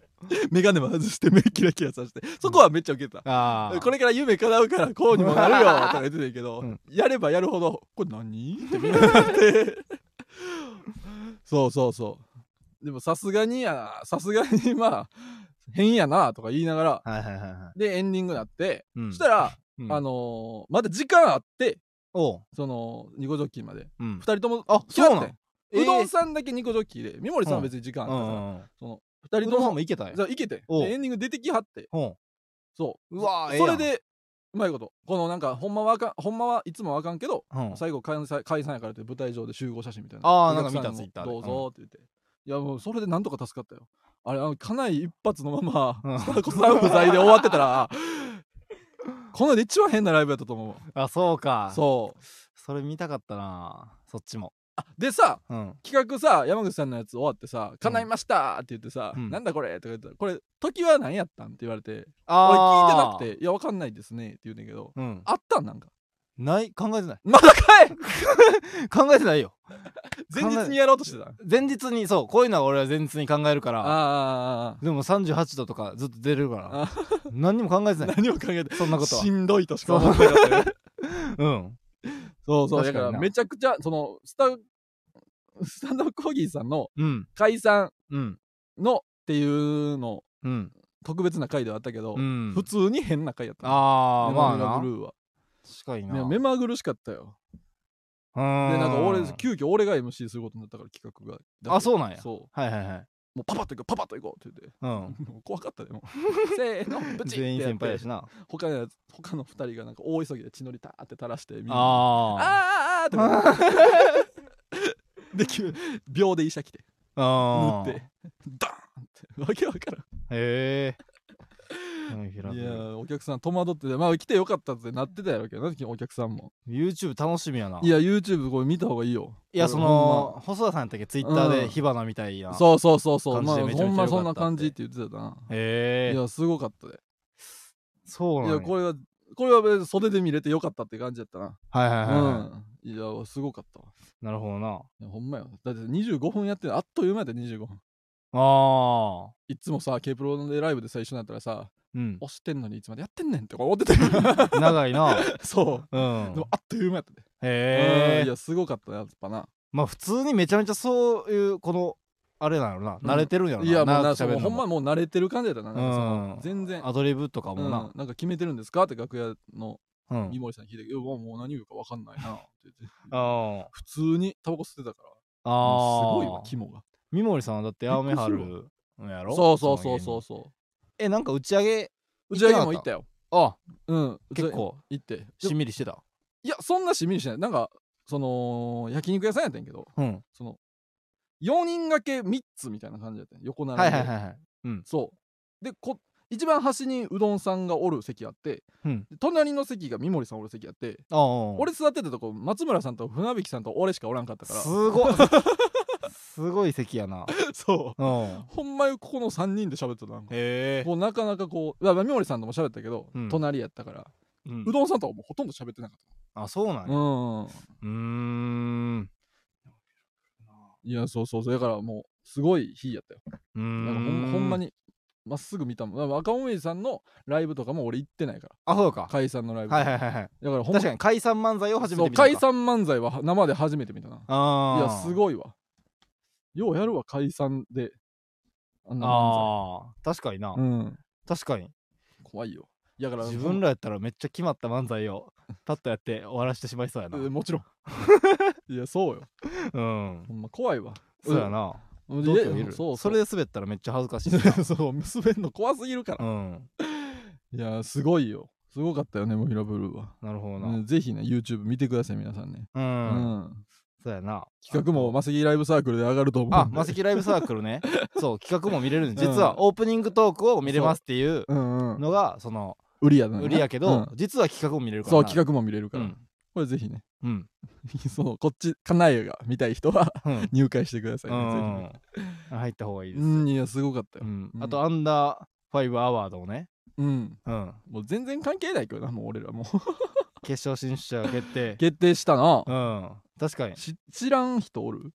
Speaker 1: 眼鏡も外して目キラキラさしてそこはめっちゃウケた
Speaker 2: ああ
Speaker 1: これから夢叶うからこうにもなるよとか言ってたけど、
Speaker 2: うん
Speaker 1: やればやるほどこれ何ってみんななってそうそうそうでもさすがにやさすがにまあ変やなとか言いながら
Speaker 2: はいはいはいは
Speaker 1: でエンディングになって、
Speaker 2: いうん
Speaker 1: そしたら、
Speaker 2: うん
Speaker 1: あのーまだ時間あって
Speaker 2: おう
Speaker 1: そのニコジョッキーまで
Speaker 2: うん
Speaker 1: 2人とも
Speaker 2: あ
Speaker 1: 決まって
Speaker 2: そうなん
Speaker 1: うど
Speaker 2: え
Speaker 1: ん
Speaker 2: ー
Speaker 1: さんだけニコジョッキーで三森さんは別に時間あった
Speaker 2: う
Speaker 1: から、
Speaker 2: んうんうん
Speaker 1: その2
Speaker 2: う
Speaker 1: 人
Speaker 2: ど
Speaker 1: と
Speaker 2: んさん
Speaker 1: も
Speaker 2: もいけたんや
Speaker 1: じゃあいけてん
Speaker 2: おう
Speaker 1: でエンディング出てきはって
Speaker 2: ほ
Speaker 1: そう
Speaker 2: うわーええ
Speaker 1: そ
Speaker 2: やん
Speaker 1: れでうまいことこのなんかほんまはあかんほんまはいつもはあかんけど
Speaker 2: うん
Speaker 1: 最後解散解散やからって舞台上で集合写真みたいな
Speaker 2: あー
Speaker 1: お客
Speaker 2: なんか見た
Speaker 1: さの
Speaker 2: Twitter で
Speaker 1: どうぞって言って、いやもうそれでなんとか助かったよあれあの家内一発のま
Speaker 2: うん
Speaker 1: まスタコスラン不在で終わってた らこので一番変なライブやったと思う
Speaker 2: あそうかう
Speaker 1: そう
Speaker 2: それ見たかったなそっちも
Speaker 1: でさ
Speaker 2: うん
Speaker 1: 企画さ山口さんのやつ終わってさ「叶いました!」って言ってさ「
Speaker 2: うん
Speaker 1: なんだこれ?」とか言ったら「これ時は何やったん?」って言われて「俺聞いて
Speaker 2: あ
Speaker 1: なく
Speaker 2: いて
Speaker 1: ていやわかんないですね」って言うねんだけど
Speaker 2: なくてうん
Speaker 1: あったんなんか
Speaker 2: ない考えてない
Speaker 1: まだかい
Speaker 2: 考えてないよ
Speaker 1: 前日にやろうとしてたあ
Speaker 2: 前日にそうこういうのは俺は前日に考えるから
Speaker 1: あ
Speaker 2: でも38度とかずっと出れるから
Speaker 1: あ
Speaker 2: 何にも考えてない
Speaker 1: 何を考えて
Speaker 2: そんなことは
Speaker 1: しんどいとしか思ってなかったよね
Speaker 2: うん
Speaker 1: そうそうだ
Speaker 2: 確
Speaker 1: か
Speaker 2: かにな
Speaker 1: らめちゃくちゃそのスタスタンドアップコーギーさんの
Speaker 2: うん
Speaker 1: 解散
Speaker 2: うん
Speaker 1: のっていうの
Speaker 2: うん
Speaker 1: 特別な回ではあったけど、
Speaker 2: うん
Speaker 1: 普通に変な回やった
Speaker 2: ああまあ
Speaker 1: メマ
Speaker 2: な
Speaker 1: グルーは
Speaker 2: 近いな
Speaker 1: ね目まぐるしかったよ
Speaker 2: で
Speaker 1: で
Speaker 2: な
Speaker 1: なんか俺急遽俺が MC することになったから企画がだって
Speaker 2: あそうなんや
Speaker 1: そ
Speaker 2: はいはいはいう
Speaker 1: もうパパッと行こうパパッと行こうって言って
Speaker 2: うん
Speaker 1: もう 怖かったでもう せーのブチッ
Speaker 2: 全員
Speaker 1: てやっ
Speaker 2: 先輩や
Speaker 1: て
Speaker 2: しな
Speaker 1: 他のやつ他の二人がなんか大急ぎで血のりたーって垂らしてみんな
Speaker 2: あ
Speaker 1: あーあーあーとか言って で急秒で医者来て
Speaker 2: ーあ
Speaker 1: 塗ってダーンってわけわからん
Speaker 2: へえ 手のひら
Speaker 1: い
Speaker 2: で
Speaker 1: やーお客さん戸惑っててまあ来てよかったってなってたやろうけどなお客さんも
Speaker 2: YouTube 楽しみやない
Speaker 1: や YouTube これ見た方がいいよ
Speaker 2: いやその細田さんやったっけ Twitter
Speaker 1: うん
Speaker 2: で火花みたいなう
Speaker 1: そうそうそうそうまあ
Speaker 2: 感じでめちゃめちゃ
Speaker 1: ほんま
Speaker 2: 良か
Speaker 1: そん
Speaker 2: ったって
Speaker 1: な感じって言ってたな
Speaker 2: へ
Speaker 1: い
Speaker 2: え
Speaker 1: やすごかったで
Speaker 2: そう
Speaker 1: い
Speaker 2: な
Speaker 1: や
Speaker 2: んや
Speaker 1: これはこれは別に袖で見れてよかったって感じやったな
Speaker 2: はいはいはいは
Speaker 1: うんいやすごかったわ
Speaker 2: いなるほどない
Speaker 1: やほんまよだって25分やってあっという間やで25分
Speaker 2: ああ
Speaker 1: いつもさ K プロでライブで最初になったらさ
Speaker 2: うん
Speaker 1: 押してんのにいつまでやってんねんって思ってた よ
Speaker 2: 長いな
Speaker 1: そううん でもあっという間やったで
Speaker 2: へ
Speaker 1: うんい
Speaker 2: え
Speaker 1: やすごかったなやっぱな
Speaker 2: まあ普通にめちゃめちゃそういうこのあれなのな
Speaker 1: うん
Speaker 2: 慣れてるんやろ
Speaker 1: いやもう
Speaker 2: 長
Speaker 1: な
Speaker 2: く喋る
Speaker 1: もう
Speaker 2: の
Speaker 1: ほんまもう慣れてる感じやったななんかその
Speaker 2: うん
Speaker 1: 全然
Speaker 2: アドリブとか
Speaker 1: う
Speaker 2: も
Speaker 1: ん
Speaker 2: な
Speaker 1: なんか決めてるんですかって楽屋の
Speaker 2: うん
Speaker 1: 三森さんに聞いて「いやもうもう何言うか分かんないな」って言って
Speaker 2: あ
Speaker 1: 普通にタバコ吸ってたから
Speaker 2: あ
Speaker 1: もうすごいわ
Speaker 2: ー
Speaker 1: 肝が
Speaker 2: 三森さんはだって
Speaker 1: びっ
Speaker 2: 青
Speaker 1: くり
Speaker 2: 梅
Speaker 1: するわ
Speaker 2: 春のやろ
Speaker 1: そうそうそうそうそ
Speaker 2: えなんか打ち上げ
Speaker 1: う打
Speaker 2: 芸人
Speaker 1: ち上げも行ったよ
Speaker 2: あ
Speaker 1: うん
Speaker 2: 結構
Speaker 1: 打ち上げ行って
Speaker 2: し
Speaker 1: で
Speaker 2: んみりしてた
Speaker 1: いやそんなしみりしないなんかその焼肉屋さんやったんやけど
Speaker 2: うん
Speaker 1: その4人掛け3つみたいな感じやったん横並び
Speaker 2: はい
Speaker 1: で、
Speaker 2: はいはいはい
Speaker 1: そうでこ一番端にうどんさんがおる席あって
Speaker 2: うん
Speaker 1: で隣の席が三森さんおる席あって
Speaker 2: ああ
Speaker 1: 俺座ってたとこ松村さんと船引さんと俺しかおらんかったから
Speaker 2: すごいすごい席やな
Speaker 1: そう
Speaker 2: うん
Speaker 1: ほんまにここの3人で喋ってたなんか
Speaker 2: へえ
Speaker 1: こうなかなかこうまあ三森さんとも喋ったけど、
Speaker 2: うん
Speaker 1: 隣やったからうどんさんとはもうほとんど喋ってなかっ
Speaker 2: あそうな
Speaker 1: た、
Speaker 2: んや
Speaker 1: うん
Speaker 2: うーんう
Speaker 1: いやそうそうそうだからもうすごい日やったよ
Speaker 2: ー
Speaker 1: だ
Speaker 2: ん
Speaker 1: からほんほんまにまっすぐ見たもんだから赤尾明治さんのライブとかも俺行ってないから
Speaker 2: あそうか
Speaker 1: 解散のライブ、
Speaker 2: はいはいはいはい
Speaker 1: だからほんま
Speaker 2: 確かに解散漫才を初めて
Speaker 1: そう
Speaker 2: 見たの
Speaker 1: 解
Speaker 2: か
Speaker 1: 散漫才は生で初めて見たな
Speaker 2: あ
Speaker 1: い
Speaker 2: あ
Speaker 1: やすごいわようやるわ解散であんな漫
Speaker 2: ああ確かにな
Speaker 1: 才うん
Speaker 2: 確かに
Speaker 1: 怖いよいやだから
Speaker 2: 自分らやったらめっちゃ決まった漫才をパッとやって終わらしてしまいそうやな
Speaker 1: ほん まえもちろんいやそうよ
Speaker 2: うん
Speaker 1: ほんま怖いわ
Speaker 2: そうやな
Speaker 1: うん
Speaker 2: 度胸
Speaker 1: い
Speaker 2: い
Speaker 1: や
Speaker 2: る
Speaker 1: そう
Speaker 2: それで滑ったらめっちゃ恥ず かしい
Speaker 1: でそう滑るの怖すぎるから
Speaker 2: う、ん
Speaker 1: いやすごいよすごかったよねモヒラブルーは、
Speaker 2: なるほどな
Speaker 1: うんぜひね YouTube 見てください皆さんね、
Speaker 2: う
Speaker 1: うん
Speaker 2: そうやな
Speaker 1: 企画もマセキライブサークルで上がると思う
Speaker 2: あ
Speaker 1: んで
Speaker 2: マセキライブサークルねそう企画も見れるんで
Speaker 1: うん
Speaker 2: 実はオープニングトークを見れますっていう
Speaker 1: うんうん
Speaker 2: のがその
Speaker 1: 売りやだね
Speaker 2: 売りやけど
Speaker 1: う
Speaker 2: 実は企画も見れる
Speaker 1: ん
Speaker 2: から
Speaker 1: そう
Speaker 2: 画
Speaker 1: 企画も見れるから、
Speaker 2: うん
Speaker 1: これぜひね
Speaker 2: うん
Speaker 1: そのこっち家内が見たい人は
Speaker 2: うん
Speaker 1: 入会してくださいね、ぜひね
Speaker 2: うん入った方がいいです
Speaker 1: うん、いや、すごかった
Speaker 2: う
Speaker 1: よ。
Speaker 2: ん
Speaker 1: うん
Speaker 2: あとアンダーファイブアワードをね
Speaker 1: うん。
Speaker 2: うん
Speaker 1: もう全然関係ないけどな、もう俺らもう。
Speaker 2: 決勝進出者決定
Speaker 1: 決定したな
Speaker 2: う。ん確かに
Speaker 1: し知らん人おる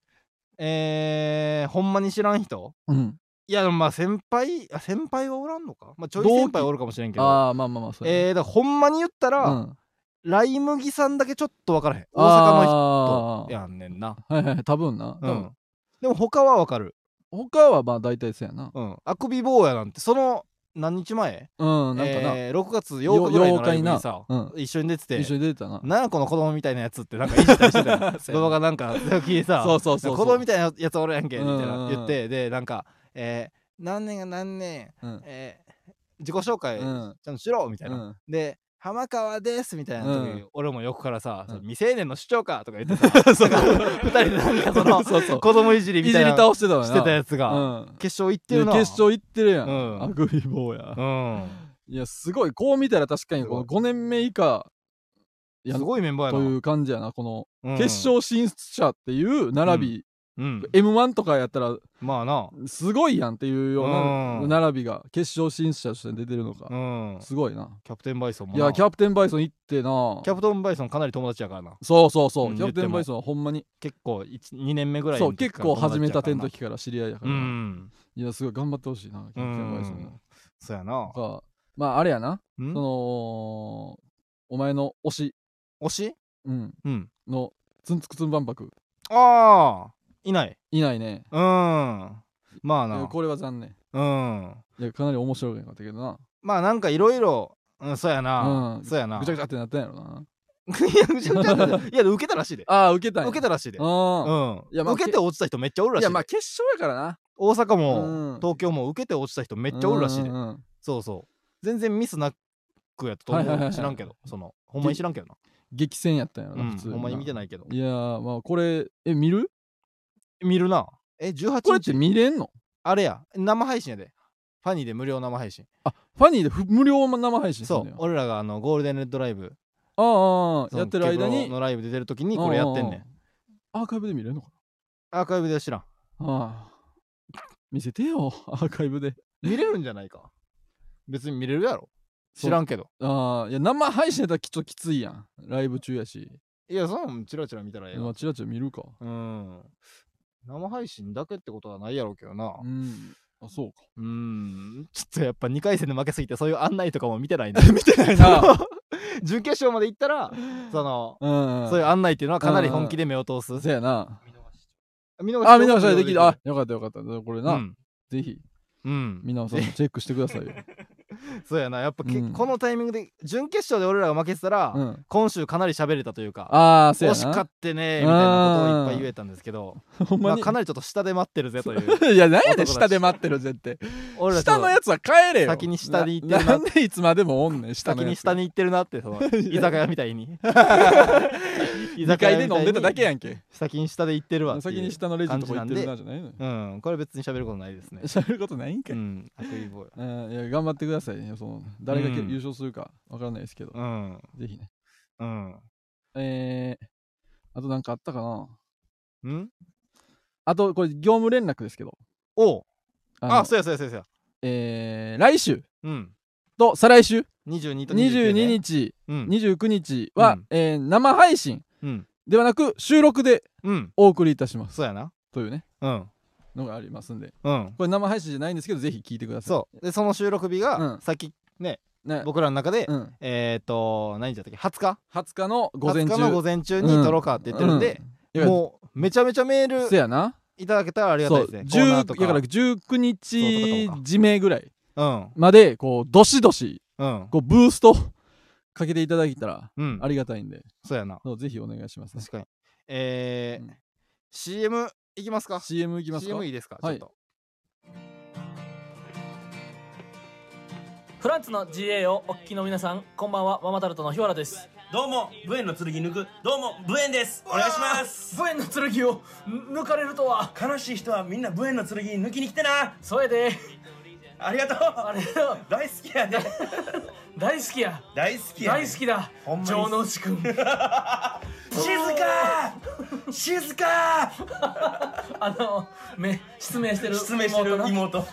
Speaker 2: えーほんまに知らん人
Speaker 1: うん。
Speaker 2: いやでもまあ先輩あ先輩はおらんのかまあちょい
Speaker 1: 同期
Speaker 2: 先輩はおるかもしれんけど
Speaker 1: ああ、まあまあまあ、そうやね。
Speaker 2: えーだからほんまに言ったら、
Speaker 1: うん
Speaker 2: ライ麦さんだけちょっと分からへん大阪の
Speaker 1: あ
Speaker 2: 人
Speaker 1: ー
Speaker 2: やんねんな
Speaker 1: はいはい、多分な。多
Speaker 2: う
Speaker 1: 分
Speaker 2: んでも他は分かる
Speaker 1: 他はまあ大体そうやな。
Speaker 2: うんあくび坊やなんてその何日前
Speaker 1: うん、なんかな。
Speaker 2: えー6月8日ぐらいのライブに
Speaker 1: よ
Speaker 2: さ
Speaker 1: う、ん
Speaker 2: 一緒に出てて
Speaker 1: 一緒に出てたな。
Speaker 2: なんやこの子供みたいなやつってなんかいじったりしてたよ
Speaker 1: そうやな
Speaker 2: 動画なんか時にさ
Speaker 1: そうそうそうそう。
Speaker 2: 子供みたいなやつおるやんけみたい
Speaker 1: うんうんう
Speaker 2: なん言ってでなんか、えー何年が何年、
Speaker 1: うん
Speaker 2: えー自己紹介ち
Speaker 1: うん
Speaker 2: ゃんとしろみたいな、
Speaker 1: うん
Speaker 2: で浜川ですみたいな時、
Speaker 1: うん
Speaker 2: 俺も横からさ、
Speaker 1: うん
Speaker 2: 未成年の主張かとか言ってさ
Speaker 1: そう
Speaker 2: 2人でなんかその
Speaker 1: そうそう
Speaker 2: 子供いじり
Speaker 1: い
Speaker 2: み
Speaker 1: じ
Speaker 2: た
Speaker 1: り
Speaker 2: いな
Speaker 1: 倒してたわな
Speaker 2: してたやつが、
Speaker 1: うん
Speaker 2: 決勝行って
Speaker 1: いや
Speaker 2: るな
Speaker 1: 決勝行ってるやん、
Speaker 2: うん
Speaker 1: アグリボーや、
Speaker 2: うん
Speaker 1: いやすごいこう見たら確かにこの
Speaker 2: す
Speaker 1: 5年目以下や
Speaker 2: す
Speaker 1: ん
Speaker 2: ごいメンバーや
Speaker 1: と
Speaker 2: な
Speaker 1: いう感じやなこの
Speaker 2: うん
Speaker 1: 決勝進出者っていう並
Speaker 2: うん、
Speaker 1: び、m 1とかやったら
Speaker 2: まあな
Speaker 1: すごいやんっていうよう
Speaker 2: う
Speaker 1: なん並びが決勝進出者として出てるのか、
Speaker 2: うん
Speaker 1: すごいな
Speaker 2: キャプテンバイソンも
Speaker 1: い
Speaker 2: な
Speaker 1: やキャプテンバイソン行ってな
Speaker 2: キャプテンバイソンかなり友達やからな
Speaker 1: そうそうそう、
Speaker 2: うん
Speaker 1: キャプテンバイソンはほんまに
Speaker 2: 結構2年目ぐらいの
Speaker 1: そう
Speaker 2: 時
Speaker 1: 結
Speaker 2: から
Speaker 1: 構始めたての
Speaker 2: 友達
Speaker 1: 時から知り合いやか
Speaker 2: やから
Speaker 1: ら、
Speaker 2: なうん
Speaker 1: いやすごい頑張ってほしいなキャプテンバイソンも、
Speaker 2: うんそうやな
Speaker 1: かまああれやな
Speaker 2: うん
Speaker 1: そのお前の推し、
Speaker 2: 推し
Speaker 1: うん、
Speaker 2: うん
Speaker 1: のツンツクツン万博
Speaker 2: ああいない
Speaker 1: いないね
Speaker 2: うんまあ
Speaker 1: いや
Speaker 2: な
Speaker 1: これは残念
Speaker 2: うん
Speaker 1: いやかなり面白くなかったけどな
Speaker 2: まあなんかいろいろうんそうやな
Speaker 1: うん
Speaker 2: そうやな
Speaker 1: ぐちゃぐちゃ
Speaker 2: ぐ
Speaker 1: ってなったんやろない
Speaker 2: やぐちゃぐちゃだいやで受けたらしいで
Speaker 1: ああ受けたんや
Speaker 2: 受けたらしいで
Speaker 1: う
Speaker 2: うん
Speaker 1: んいやまあ
Speaker 2: 受けて落ちた人めっちゃおるら
Speaker 1: い
Speaker 2: しい
Speaker 1: や
Speaker 2: で
Speaker 1: まあ決勝やからな
Speaker 2: 大阪も
Speaker 1: うん
Speaker 2: 東京も受けて落ちた人めっちゃおるらしいで
Speaker 1: うんうんうん
Speaker 2: そうそう全然ミスなくやったと
Speaker 1: はいはいはいは
Speaker 2: 思う
Speaker 1: い
Speaker 2: 知らんけどそのほんまに知らんけどな
Speaker 1: 激戦やったんやろ
Speaker 2: う
Speaker 1: なん普通
Speaker 2: ほんまに見て
Speaker 1: な
Speaker 2: ないけど
Speaker 1: いやーまあこれえ見る
Speaker 2: 見るなえ18
Speaker 1: これって
Speaker 2: 日
Speaker 1: 見れんの
Speaker 2: あれや生配信やでファニーで無料生配信
Speaker 1: あファニーでふ無料生配信する
Speaker 2: そ
Speaker 1: の
Speaker 2: う
Speaker 1: よ
Speaker 2: 俺らがあのゴールデンレッドライブ
Speaker 1: あああ
Speaker 2: そ
Speaker 1: あ
Speaker 2: の
Speaker 1: やってる間
Speaker 2: ケ
Speaker 1: に
Speaker 2: ブロのライブ出てる時にこれやってんねん
Speaker 1: ああああアーカイブで見れるのか
Speaker 2: アーカイブでは知らん
Speaker 1: なああ見せてよアーカイブで
Speaker 2: 見れるんじゃないか別に見れるやろ知らんけど
Speaker 1: ああいや生配信やったらきっときついやんライブ中やし
Speaker 2: いやそんなんチラチラ見たらええ
Speaker 1: ま
Speaker 2: わ
Speaker 1: あチラチラ見るか
Speaker 2: うん生配信だけってことはないやろうけどな
Speaker 1: うんあそうか
Speaker 2: うんちょっとやっぱ2回戦で負けすぎてそういう案内とか も見てないな
Speaker 1: 見てない
Speaker 2: そ
Speaker 1: な
Speaker 2: の準決勝まで行ったらその、
Speaker 1: うん
Speaker 2: そういう
Speaker 1: や
Speaker 2: 案内っていうのはかなり本気で目を通す、
Speaker 1: せやな
Speaker 2: 見逃し
Speaker 1: あ見直しはできるあ
Speaker 2: る
Speaker 1: よかったよかったこれ
Speaker 2: う
Speaker 1: な、
Speaker 2: ん、
Speaker 1: ぜひ
Speaker 2: うん、
Speaker 1: 皆さんもチェックしてください よ、
Speaker 2: そうやなやっぱけ、
Speaker 1: うん
Speaker 2: このタイミングで準決勝で俺らが負けてたら、
Speaker 1: うん、
Speaker 2: 今週かなり喋れたというか
Speaker 1: ああせや
Speaker 2: 惜しか
Speaker 1: な
Speaker 2: ってねみたいなことをいっぱい言えたんですけど、
Speaker 1: ほん
Speaker 2: ま
Speaker 1: ま
Speaker 2: あ、
Speaker 1: に、
Speaker 2: かなりちょっと下で待ってるぜという
Speaker 1: いや何やね
Speaker 2: 男だ
Speaker 1: ん
Speaker 2: し
Speaker 1: 下で待ってる絶対
Speaker 2: 俺らち
Speaker 1: 下
Speaker 2: ょっと
Speaker 1: のやつは帰れよ
Speaker 2: 先に下に行って
Speaker 1: な
Speaker 2: るな
Speaker 1: なんでいつまでもおんねん下の
Speaker 2: 先
Speaker 1: や
Speaker 2: に
Speaker 1: つ
Speaker 2: 下に行ってるなってそ の居酒屋みたいに居
Speaker 1: 2階で飲んでただけや
Speaker 2: ん
Speaker 1: んけ
Speaker 2: 先に下で行ってるわっていう
Speaker 1: 先に下のレジのとこ行ってるなじゃないのよ
Speaker 2: うんこれ別に喋ることないですね
Speaker 1: 喋ることないんか
Speaker 2: う
Speaker 1: い、
Speaker 2: ん悪意棒や
Speaker 1: うんいや頑張ってくださいねその誰がけ、
Speaker 2: うん
Speaker 1: 優勝するかわからないですけど、
Speaker 2: うん
Speaker 1: ぜひね
Speaker 2: うん
Speaker 1: えー、あとなんかあったかな
Speaker 2: うん
Speaker 1: あとこれ業務連絡ですけど
Speaker 2: おう
Speaker 1: あの
Speaker 2: あそうやそうやそうやそうや
Speaker 1: えー来週
Speaker 2: うん
Speaker 1: と再来週
Speaker 2: 22と
Speaker 1: 22
Speaker 2: 29ね
Speaker 1: 日、
Speaker 2: うん
Speaker 1: 29日は、
Speaker 2: うん
Speaker 1: えー生配信
Speaker 2: うん
Speaker 1: ではなく収録で
Speaker 2: うん
Speaker 1: お送りいたします
Speaker 2: そうやな
Speaker 1: というね
Speaker 2: うん
Speaker 1: のがありますんで
Speaker 2: うん
Speaker 1: これ生配信じゃないんですけどぜひ聞いてください
Speaker 2: そうでその収録日
Speaker 1: う
Speaker 2: が
Speaker 1: ん
Speaker 2: さっき
Speaker 1: ね
Speaker 2: 僕らの中で
Speaker 1: うん、
Speaker 2: えっと何日だったっけ20日
Speaker 1: 20日の午前中
Speaker 2: 20日の午前中に撮ろうかって言ってるんで
Speaker 1: うんいや
Speaker 2: もうめちゃめちゃメー
Speaker 1: せ
Speaker 2: ル
Speaker 1: やない
Speaker 2: ただけたらありがた
Speaker 1: そ
Speaker 2: いうですね。コーナーと
Speaker 1: 10だか
Speaker 2: か
Speaker 1: ら19日締めぐらい
Speaker 2: うん
Speaker 1: までこうどしどし
Speaker 2: うん
Speaker 1: こうブーストかけていただけたら
Speaker 2: うん
Speaker 1: ありがたいんで、
Speaker 2: そうやな
Speaker 1: そうぜひお願いします、
Speaker 2: 確かにえー
Speaker 1: うん
Speaker 2: CM いきますか
Speaker 1: CM いきますか
Speaker 2: CM いいですかちょ
Speaker 1: は
Speaker 2: っ
Speaker 1: い
Speaker 2: と
Speaker 3: フランツの GA をお聞きの皆さんこんばんはママタルトの日原です
Speaker 4: どうもブエンの剣抜くどうもブエンですお願いします
Speaker 3: ブエンの剣を抜かれるとは
Speaker 4: 悲しい人はみんなブエンの剣抜きに来てな
Speaker 3: それで
Speaker 4: ありがとう
Speaker 3: あれ
Speaker 4: 大好きやで
Speaker 3: 大好きや
Speaker 4: 大好きや
Speaker 3: 大好きだ
Speaker 4: ほんまに
Speaker 3: 城之内くん
Speaker 4: 静か静か
Speaker 3: あのめ失明 してる
Speaker 4: 失明してる
Speaker 3: な
Speaker 4: 妹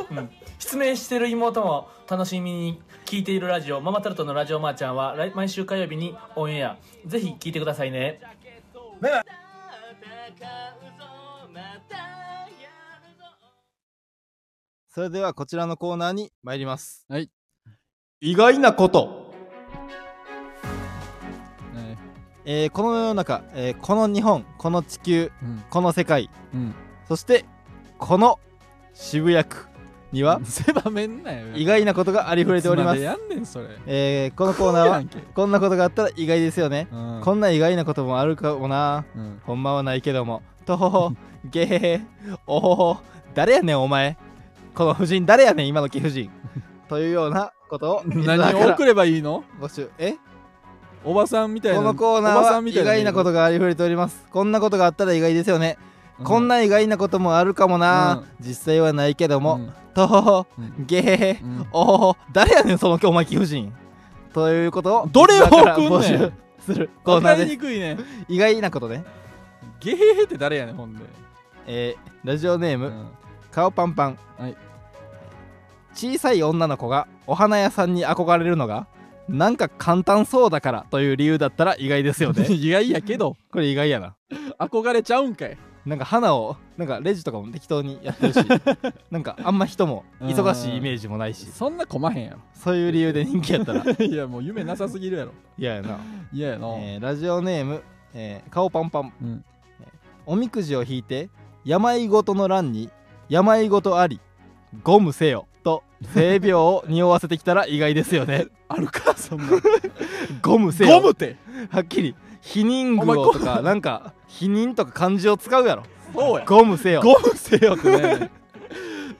Speaker 3: 失明してる妹も楽しみに聞いているラジオママタルトのラジオマーちゃんは来毎週火曜日にオンエアぜひ聞いてくださいね
Speaker 4: バイバイ
Speaker 2: それではこちらのコーナーに参ります
Speaker 1: はい
Speaker 2: 意外なこと、
Speaker 1: え
Speaker 2: えーこの世の中、えーこの日本この地球
Speaker 1: ーうん
Speaker 2: この世界
Speaker 1: うん
Speaker 2: そしてこの渋谷区には
Speaker 1: 狭めんなよ
Speaker 2: 意外なことがありふれておりま
Speaker 1: いつ
Speaker 2: す
Speaker 1: でやんねんそれ
Speaker 2: えーこのコーナー
Speaker 1: や
Speaker 2: は
Speaker 1: んけ
Speaker 2: こんなことがあったら意外ですよね
Speaker 1: うん
Speaker 2: こんな意外なこともあるかもな
Speaker 1: うん
Speaker 2: ほんまはないけども。とほほ、げへへ、おほほ、誰やねんお前。この夫 人誰やねん今の貴婦人。というようなことを、
Speaker 1: 何を送ればいいの
Speaker 2: 募集。え
Speaker 1: おばさんみたいな
Speaker 2: このコーナ
Speaker 1: おば
Speaker 2: ー
Speaker 1: さ
Speaker 2: は
Speaker 1: ん
Speaker 2: 意
Speaker 1: みたい
Speaker 2: 外なことがありふれておりますこんなことがあったら意外ですよね、こんな意外なこともあるかもな、実際はないけども、とほほ
Speaker 1: うん
Speaker 2: ゲヘヘ、
Speaker 1: うん
Speaker 2: おほほ誰やねんそのお前貴婦人ということを
Speaker 1: どれを送んねん
Speaker 2: リスナーから募集するコー
Speaker 1: 分
Speaker 2: ナ
Speaker 1: か
Speaker 2: ー
Speaker 1: り
Speaker 2: で
Speaker 1: に
Speaker 2: す
Speaker 1: くいね
Speaker 2: 意外なことね
Speaker 1: ゲヘヘって誰やねんほんで、
Speaker 2: えーラジオネー
Speaker 1: う
Speaker 2: ム、
Speaker 1: ん
Speaker 2: 顔パンパン、
Speaker 1: はい
Speaker 2: 小さい女の子がお花屋さんに憧れるのがなんか簡単そうだからという理由だったら意外です よね
Speaker 1: 意外やけど
Speaker 2: これ意外やな
Speaker 1: 憧れちゃうんかい
Speaker 2: なんか花をなんかレジとかも適当にやって るしなんかあんま人も忙しいイメージもないし
Speaker 1: そんなこまへんや
Speaker 2: そういう理由で人気やったら
Speaker 1: ろいやもう夢なさすぎるやろ
Speaker 2: 嫌やな、
Speaker 1: 嫌やな、
Speaker 2: えーラジオネーム、えー顔パンパン
Speaker 1: うん
Speaker 2: おみくじを引いて病ごとの乱に病ごとありゴムせよと性病を匂わせてきたら意外です よね
Speaker 1: あるかそんな
Speaker 2: ゴムせよ
Speaker 1: ゴムって
Speaker 2: はっきり避妊
Speaker 1: お前
Speaker 2: 具をとかなんか避妊とか漢字を使うやろ
Speaker 1: そうや
Speaker 2: ゴムせよ
Speaker 1: ゴムせよってね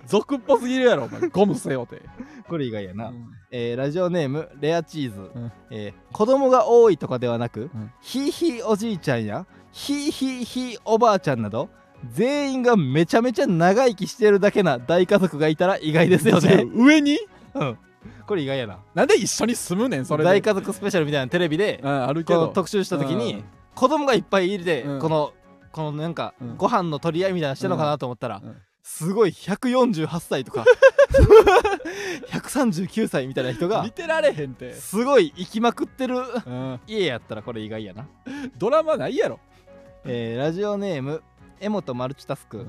Speaker 1: 俗っぽすぎるやろお前ゴムせよって、
Speaker 2: これ意外やな、
Speaker 1: うん
Speaker 2: えーラジオネームレアチーズ、
Speaker 1: ん
Speaker 2: えー子供が多いとかではなく、
Speaker 1: うん
Speaker 2: ひいひいおじいちゃんやひいひいひいおばあちゃんなど全員がめちゃめちゃ長生きしてるだけな大家族がいたら意外ですよね
Speaker 1: 上に
Speaker 2: うんこれ意外やな
Speaker 1: なんで一緒に住むねんそれで
Speaker 2: 大家族スペシャルみたいなテレビで
Speaker 1: うんあるけ
Speaker 2: こ
Speaker 1: ど
Speaker 2: の特集した時に、
Speaker 1: うん
Speaker 2: 子供がいっぱいいるで、
Speaker 1: うん
Speaker 2: このこのなんか、
Speaker 1: うん
Speaker 2: ご飯の取り合いみたいなのしてんのかなと思ったら、
Speaker 1: うんうん
Speaker 2: すごい148 歳とか139歳みたいな人が
Speaker 1: 見てられへんって、
Speaker 2: すごい生きまくってる
Speaker 1: うん、
Speaker 2: 家やったらこれ意外やな、
Speaker 1: ドラマないやろ、
Speaker 2: えーラジオネーム柄本マルチタスク、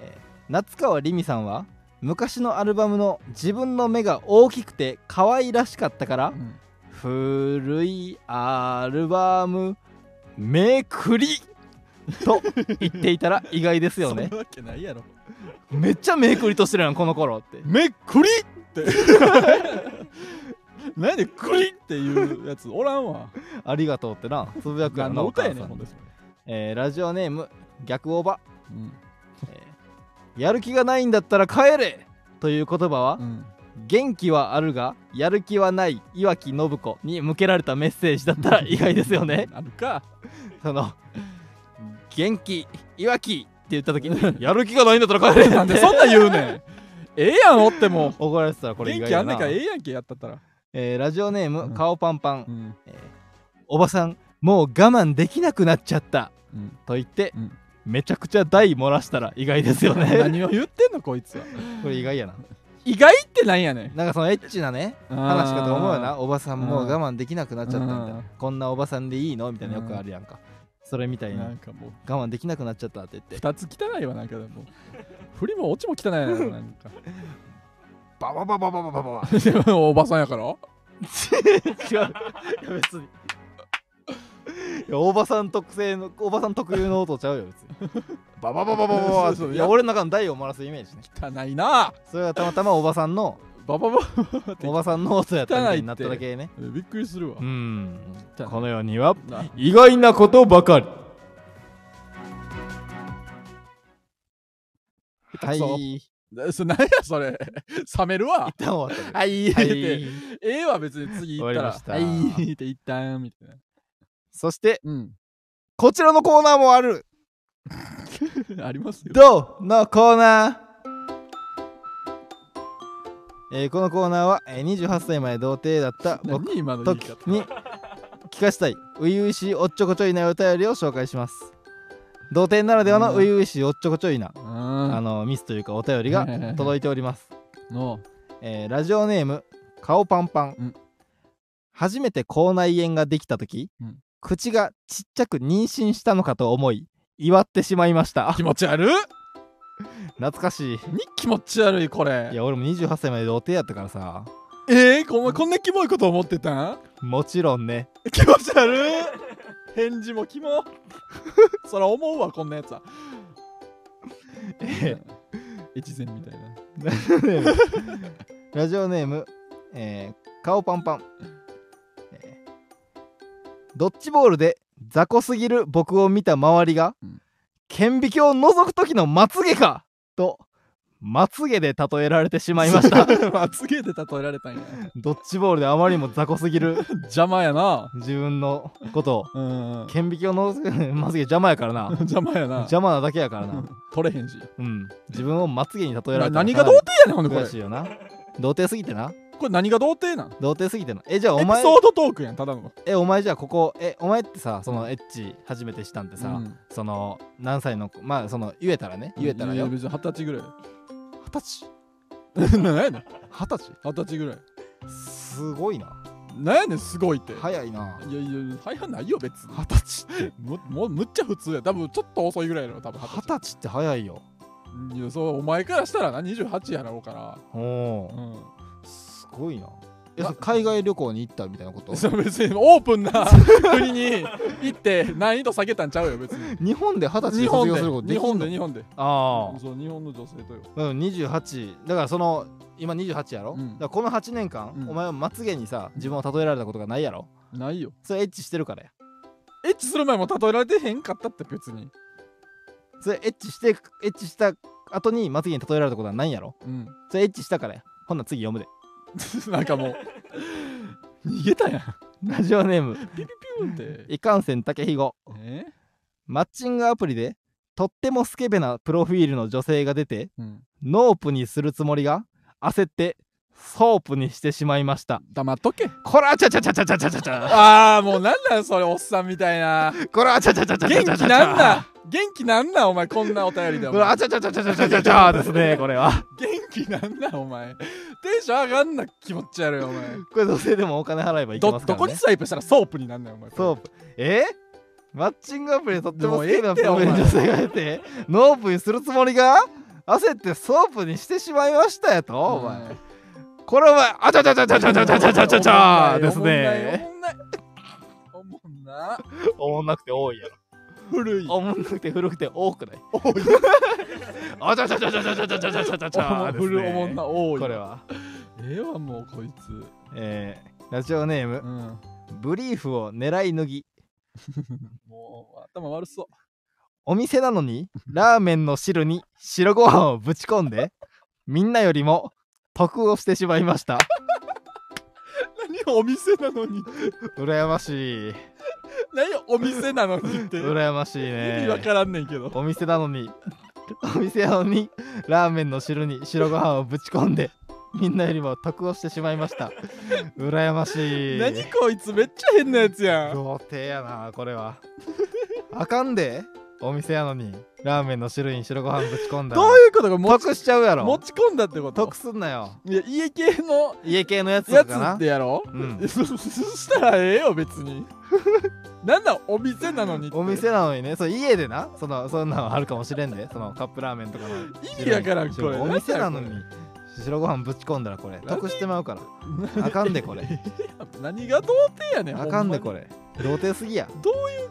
Speaker 2: えー夏川りみさんは昔のアルバムの自分の目が大きくて可愛らしかったから古いアルバムめくりと言っていたら意外です よ
Speaker 1: そん
Speaker 2: ね
Speaker 1: なわけないやろ
Speaker 2: めっちゃめくりとしてるやんこの 頃って
Speaker 1: めっくりってなんでくりっていうやつおらんわ
Speaker 2: ありがとうってなつぶやくや
Speaker 1: 何
Speaker 2: んな
Speaker 1: の歌や
Speaker 2: お
Speaker 1: ねん
Speaker 2: 母さ
Speaker 1: ほん
Speaker 2: ん
Speaker 1: で
Speaker 2: に
Speaker 1: それ
Speaker 2: えーラジオネーム逆おば
Speaker 1: うん
Speaker 2: えーやる気がないんだったら帰れという言葉は、
Speaker 1: うん
Speaker 2: 元気はあるがやる気はない岩木信子に向けられたメッセージだったら意外ですよ ね
Speaker 1: あるか
Speaker 2: その元気岩木って言った時に やる気がないんだったら帰 れ
Speaker 1: な
Speaker 2: なんん
Speaker 1: で
Speaker 2: て
Speaker 1: そんな言うねんええやんおっても
Speaker 2: 怒られてたらこれ意
Speaker 1: 元
Speaker 2: 外
Speaker 1: 気あ
Speaker 2: だ
Speaker 1: んね
Speaker 2: なん
Speaker 1: からええやんけやったったら、
Speaker 2: えーラジオネーム、
Speaker 1: うん
Speaker 2: 顔パンパン、
Speaker 1: ん
Speaker 2: おばさんもう我慢できなくなっちゃった
Speaker 1: うん
Speaker 2: と言って、
Speaker 1: うん
Speaker 2: めちゃくちゃ台漏らしたら意外ですよ ね
Speaker 1: 何を言ってんのこいつは
Speaker 2: これ意外やな
Speaker 1: 意外ってなんやねん
Speaker 2: なんかそのエッチなね話
Speaker 1: 話
Speaker 2: かと思うよなおばさんもう我慢できなくなっちゃったみたい
Speaker 1: うん
Speaker 2: なこんなおばさんでいいのみたいなよくあるやんかそれみたいに
Speaker 1: な
Speaker 2: 我
Speaker 1: んかもう
Speaker 2: 慢できなくなっちゃったって言って
Speaker 1: 二つ汚いわなんかでも振りも落ちも汚いななんか
Speaker 2: バババババババババ
Speaker 1: で もおばさんやから
Speaker 2: 違ういや別にいやおばさん特性のおばさん特有の音ちゃうよ 別にバババババババ
Speaker 1: そうそう
Speaker 2: いや俺の中の台を漏らすイメージね
Speaker 1: 汚いな
Speaker 2: それがたまたまおばさんの
Speaker 1: ババババって
Speaker 2: おばさんの音やったみたいになっただけね
Speaker 1: びっくりするわ
Speaker 2: うん
Speaker 1: 汚い
Speaker 2: この世には
Speaker 1: な
Speaker 2: 意外なことばかりは
Speaker 1: くそ
Speaker 2: い
Speaker 1: えそれ何やそれ冷めるわ
Speaker 2: 一旦終わったね。
Speaker 1: はい
Speaker 2: は
Speaker 1: 言って
Speaker 2: い。
Speaker 1: ええわ別に次行ったら
Speaker 2: 終わりました
Speaker 1: はいって一旦みたいな
Speaker 2: そして、
Speaker 1: うん
Speaker 2: こちらのコーナーもある。
Speaker 1: あり ますよ
Speaker 2: どうのコーナー。えーこのコーナーは、えー28歳まで童貞だった僕
Speaker 1: 何今の言い
Speaker 2: 時
Speaker 1: 方
Speaker 2: に聞かしたい初々しいおっちょこちょいなお便りを紹介します。童貞ならではの初々しいおっちょこちょいな、あ
Speaker 1: あ
Speaker 2: のミスというかお便りが 届いております。
Speaker 1: の
Speaker 2: えーラジオネーム顔パンパン、
Speaker 1: うん
Speaker 2: 初めて口内炎ができた時、
Speaker 1: うん
Speaker 2: 口がちっちゃく妊娠したのかと思い祝ってしまいました
Speaker 1: 気持ち悪い
Speaker 2: 懐かしい
Speaker 1: に気持ち悪いこれ
Speaker 2: いや俺も28歳まで童貞やったからさ
Speaker 1: ええこんこんなキモいこと思ってた ん
Speaker 2: もちろん ね
Speaker 1: 気持ち悪い返事もキモ そら思うわこんなやつは
Speaker 2: え
Speaker 1: 越前みたいな
Speaker 2: ラジオネーム、えー顔パンパン、えードッジボールで雑魚すぎる僕を見た周りが、
Speaker 1: うん
Speaker 2: 顕微鏡を覗く時のまつげかとまつげで例えられてしまいました
Speaker 1: まつげで例えられたんや
Speaker 2: ドッジボールであまりにも雑魚すぎる
Speaker 1: 邪魔やな
Speaker 2: 自分のことを
Speaker 1: うんうん
Speaker 2: 顕微鏡のまつげ邪魔やからな
Speaker 1: 邪魔やな
Speaker 2: 邪魔なだけやからな
Speaker 1: 取れへんし
Speaker 2: うん自分をまつげに例えられ
Speaker 1: な
Speaker 2: たら
Speaker 1: 何が童貞やねんほんでこ
Speaker 2: かな
Speaker 1: れ
Speaker 2: り悔しいよな童貞すぎてな
Speaker 1: これ何が童貞なん
Speaker 2: 童貞すぎてなえじゃあお
Speaker 1: エピ
Speaker 2: 前
Speaker 1: ソードトークやんただの
Speaker 2: えお前じゃあここえお前ってさそのエッチ初めてしたんってさ、
Speaker 1: うん
Speaker 2: その何歳の子まあその言えたらね言えたら
Speaker 1: い
Speaker 2: よ
Speaker 1: や別に二十歳ぐらい二十歳 何やねん二十歳二十歳ぐらい
Speaker 2: すごいな
Speaker 1: 何やねんすごいって
Speaker 2: 早いない
Speaker 1: やいや早ないよ別に
Speaker 2: 二十歳って
Speaker 1: むもうむっちゃ普通や多分ちょっと遅いぐらいやろ多分
Speaker 2: 二十歳って早いよ
Speaker 1: いやそうお前からしたらな28やろうから
Speaker 2: おお
Speaker 1: う
Speaker 2: ー
Speaker 1: ん
Speaker 2: すごいなえ
Speaker 1: な
Speaker 2: それ海外旅行に行ったみたいなこと
Speaker 1: そう別にオープン な国に行って難易度下げたんちゃうよ別に
Speaker 2: 日本で二十歳
Speaker 1: 日
Speaker 2: で卒
Speaker 1: 本
Speaker 2: 業
Speaker 1: です
Speaker 2: ることで
Speaker 1: 日
Speaker 2: きん
Speaker 1: 本
Speaker 2: の
Speaker 1: で日本で
Speaker 2: ああ
Speaker 1: そう日本の女性とよ
Speaker 2: だから28だからその今28やろ、
Speaker 1: うん
Speaker 2: だからこの8年間、
Speaker 1: うん
Speaker 2: お前はまつげにさ自分を例えられたことがないやろ
Speaker 1: ないよ
Speaker 2: それエッチしてるからや
Speaker 1: エッチする前も例えられてへんかったって別に
Speaker 2: それエッチしてエッチした後にまつげに例えられたことはないんやろ
Speaker 1: うん
Speaker 2: それエッチしたからやほんなら次読むで
Speaker 1: なんかもう逃げたやん
Speaker 2: ラジオネーム
Speaker 1: ピュンって
Speaker 2: いかんせんたけひご
Speaker 1: え
Speaker 2: マッチングアプリでとってもスケベなプロフィールの女性が出て
Speaker 1: うん
Speaker 2: ノープにするつもりが焦ってソープにしてしまいました
Speaker 1: 黙っとけ
Speaker 2: こらちゃちゃちゃちゃちゃちゃちゃちゃ
Speaker 1: ああもうなんなんそれおっさんみたいな
Speaker 2: こらちゃちゃちゃちゃち
Speaker 1: 元
Speaker 2: ゃ
Speaker 1: 気
Speaker 2: ちゃちゃ
Speaker 1: なんな元気なんなお前こんなお便りでお
Speaker 2: これ
Speaker 1: 前
Speaker 2: あちゃちゃちゃちゃちゃちゃちゃちゃですねこれは
Speaker 1: 元気なんなお前テンション上がんな気持ち悪いお前
Speaker 2: これ女性でもお金払えばいけ
Speaker 1: ど
Speaker 2: ます
Speaker 1: ど
Speaker 2: から
Speaker 1: こ
Speaker 2: ね
Speaker 1: にスワイプしたらソープになんねんお前
Speaker 2: そうえマッチングアプリでとっても好きなプ
Speaker 1: も
Speaker 2: ロ
Speaker 1: う
Speaker 2: フ
Speaker 1: ええ
Speaker 2: ィ
Speaker 1: って
Speaker 2: ールの女性がいてノープにするつもりが焦ってソープにしてしまいましたやとお前これお前あちゃちゃちゃちゃちゃちゃちゃちゃちゃちゃちゃですね
Speaker 1: おもんないおもんな
Speaker 2: おもんなくて多いやろ
Speaker 1: 古い
Speaker 2: おもんなくて古くて多くない
Speaker 1: 多い
Speaker 2: あちゃちゃちゃちゃちゃちゃちゃちゃちゃちゃちゃです
Speaker 1: 古いおも
Speaker 2: ね
Speaker 1: んな多い
Speaker 2: これは
Speaker 1: ええわもうこいつ
Speaker 2: えーラジオネーム
Speaker 1: うん
Speaker 2: ブリーフを狙い脱ぎ
Speaker 1: もう頭悪そう
Speaker 2: お店なのにラーメンの汁に白ご飯をぶち込んでみんなよりも得をしてしまいました
Speaker 1: 何お店なの に
Speaker 2: 羨ましい
Speaker 1: 何お店なのにって
Speaker 2: 羨ましい
Speaker 1: 意味わ
Speaker 2: ね
Speaker 1: からんねんけど
Speaker 2: お店なのにお店なのにラーメンの汁に白ご飯をぶち込んでみんなよりも得をしてしまいました羨ましい
Speaker 1: 何こいつめっちゃ変なやつやん
Speaker 2: 童貞やなこれはあかんでお店やのにラーメンの汁に白ご飯ぶち込んだら
Speaker 1: どういうことか持ち
Speaker 2: 得しちゃうや
Speaker 1: 持
Speaker 2: ろ
Speaker 1: ち込んだってこと
Speaker 2: 得すんなよ
Speaker 1: いや家系の
Speaker 2: 家系のやつ
Speaker 1: や
Speaker 2: と
Speaker 1: つ
Speaker 2: かな
Speaker 1: ってやろ
Speaker 2: う ん
Speaker 1: そそしたらええよ別に なんだお店なのにって
Speaker 2: お店なのにねそう家でなそのそんなのあるかもしれんでそのカップラーメンとかの
Speaker 1: 意味わからんこれ
Speaker 2: お店なの
Speaker 1: な
Speaker 2: に
Speaker 1: んだ
Speaker 2: 白ご飯ぶち込んだらこれ得してまうからあかんでこれ
Speaker 1: 何が童貞やねん
Speaker 2: あかんでこ
Speaker 1: れ
Speaker 2: れ童貞すぎや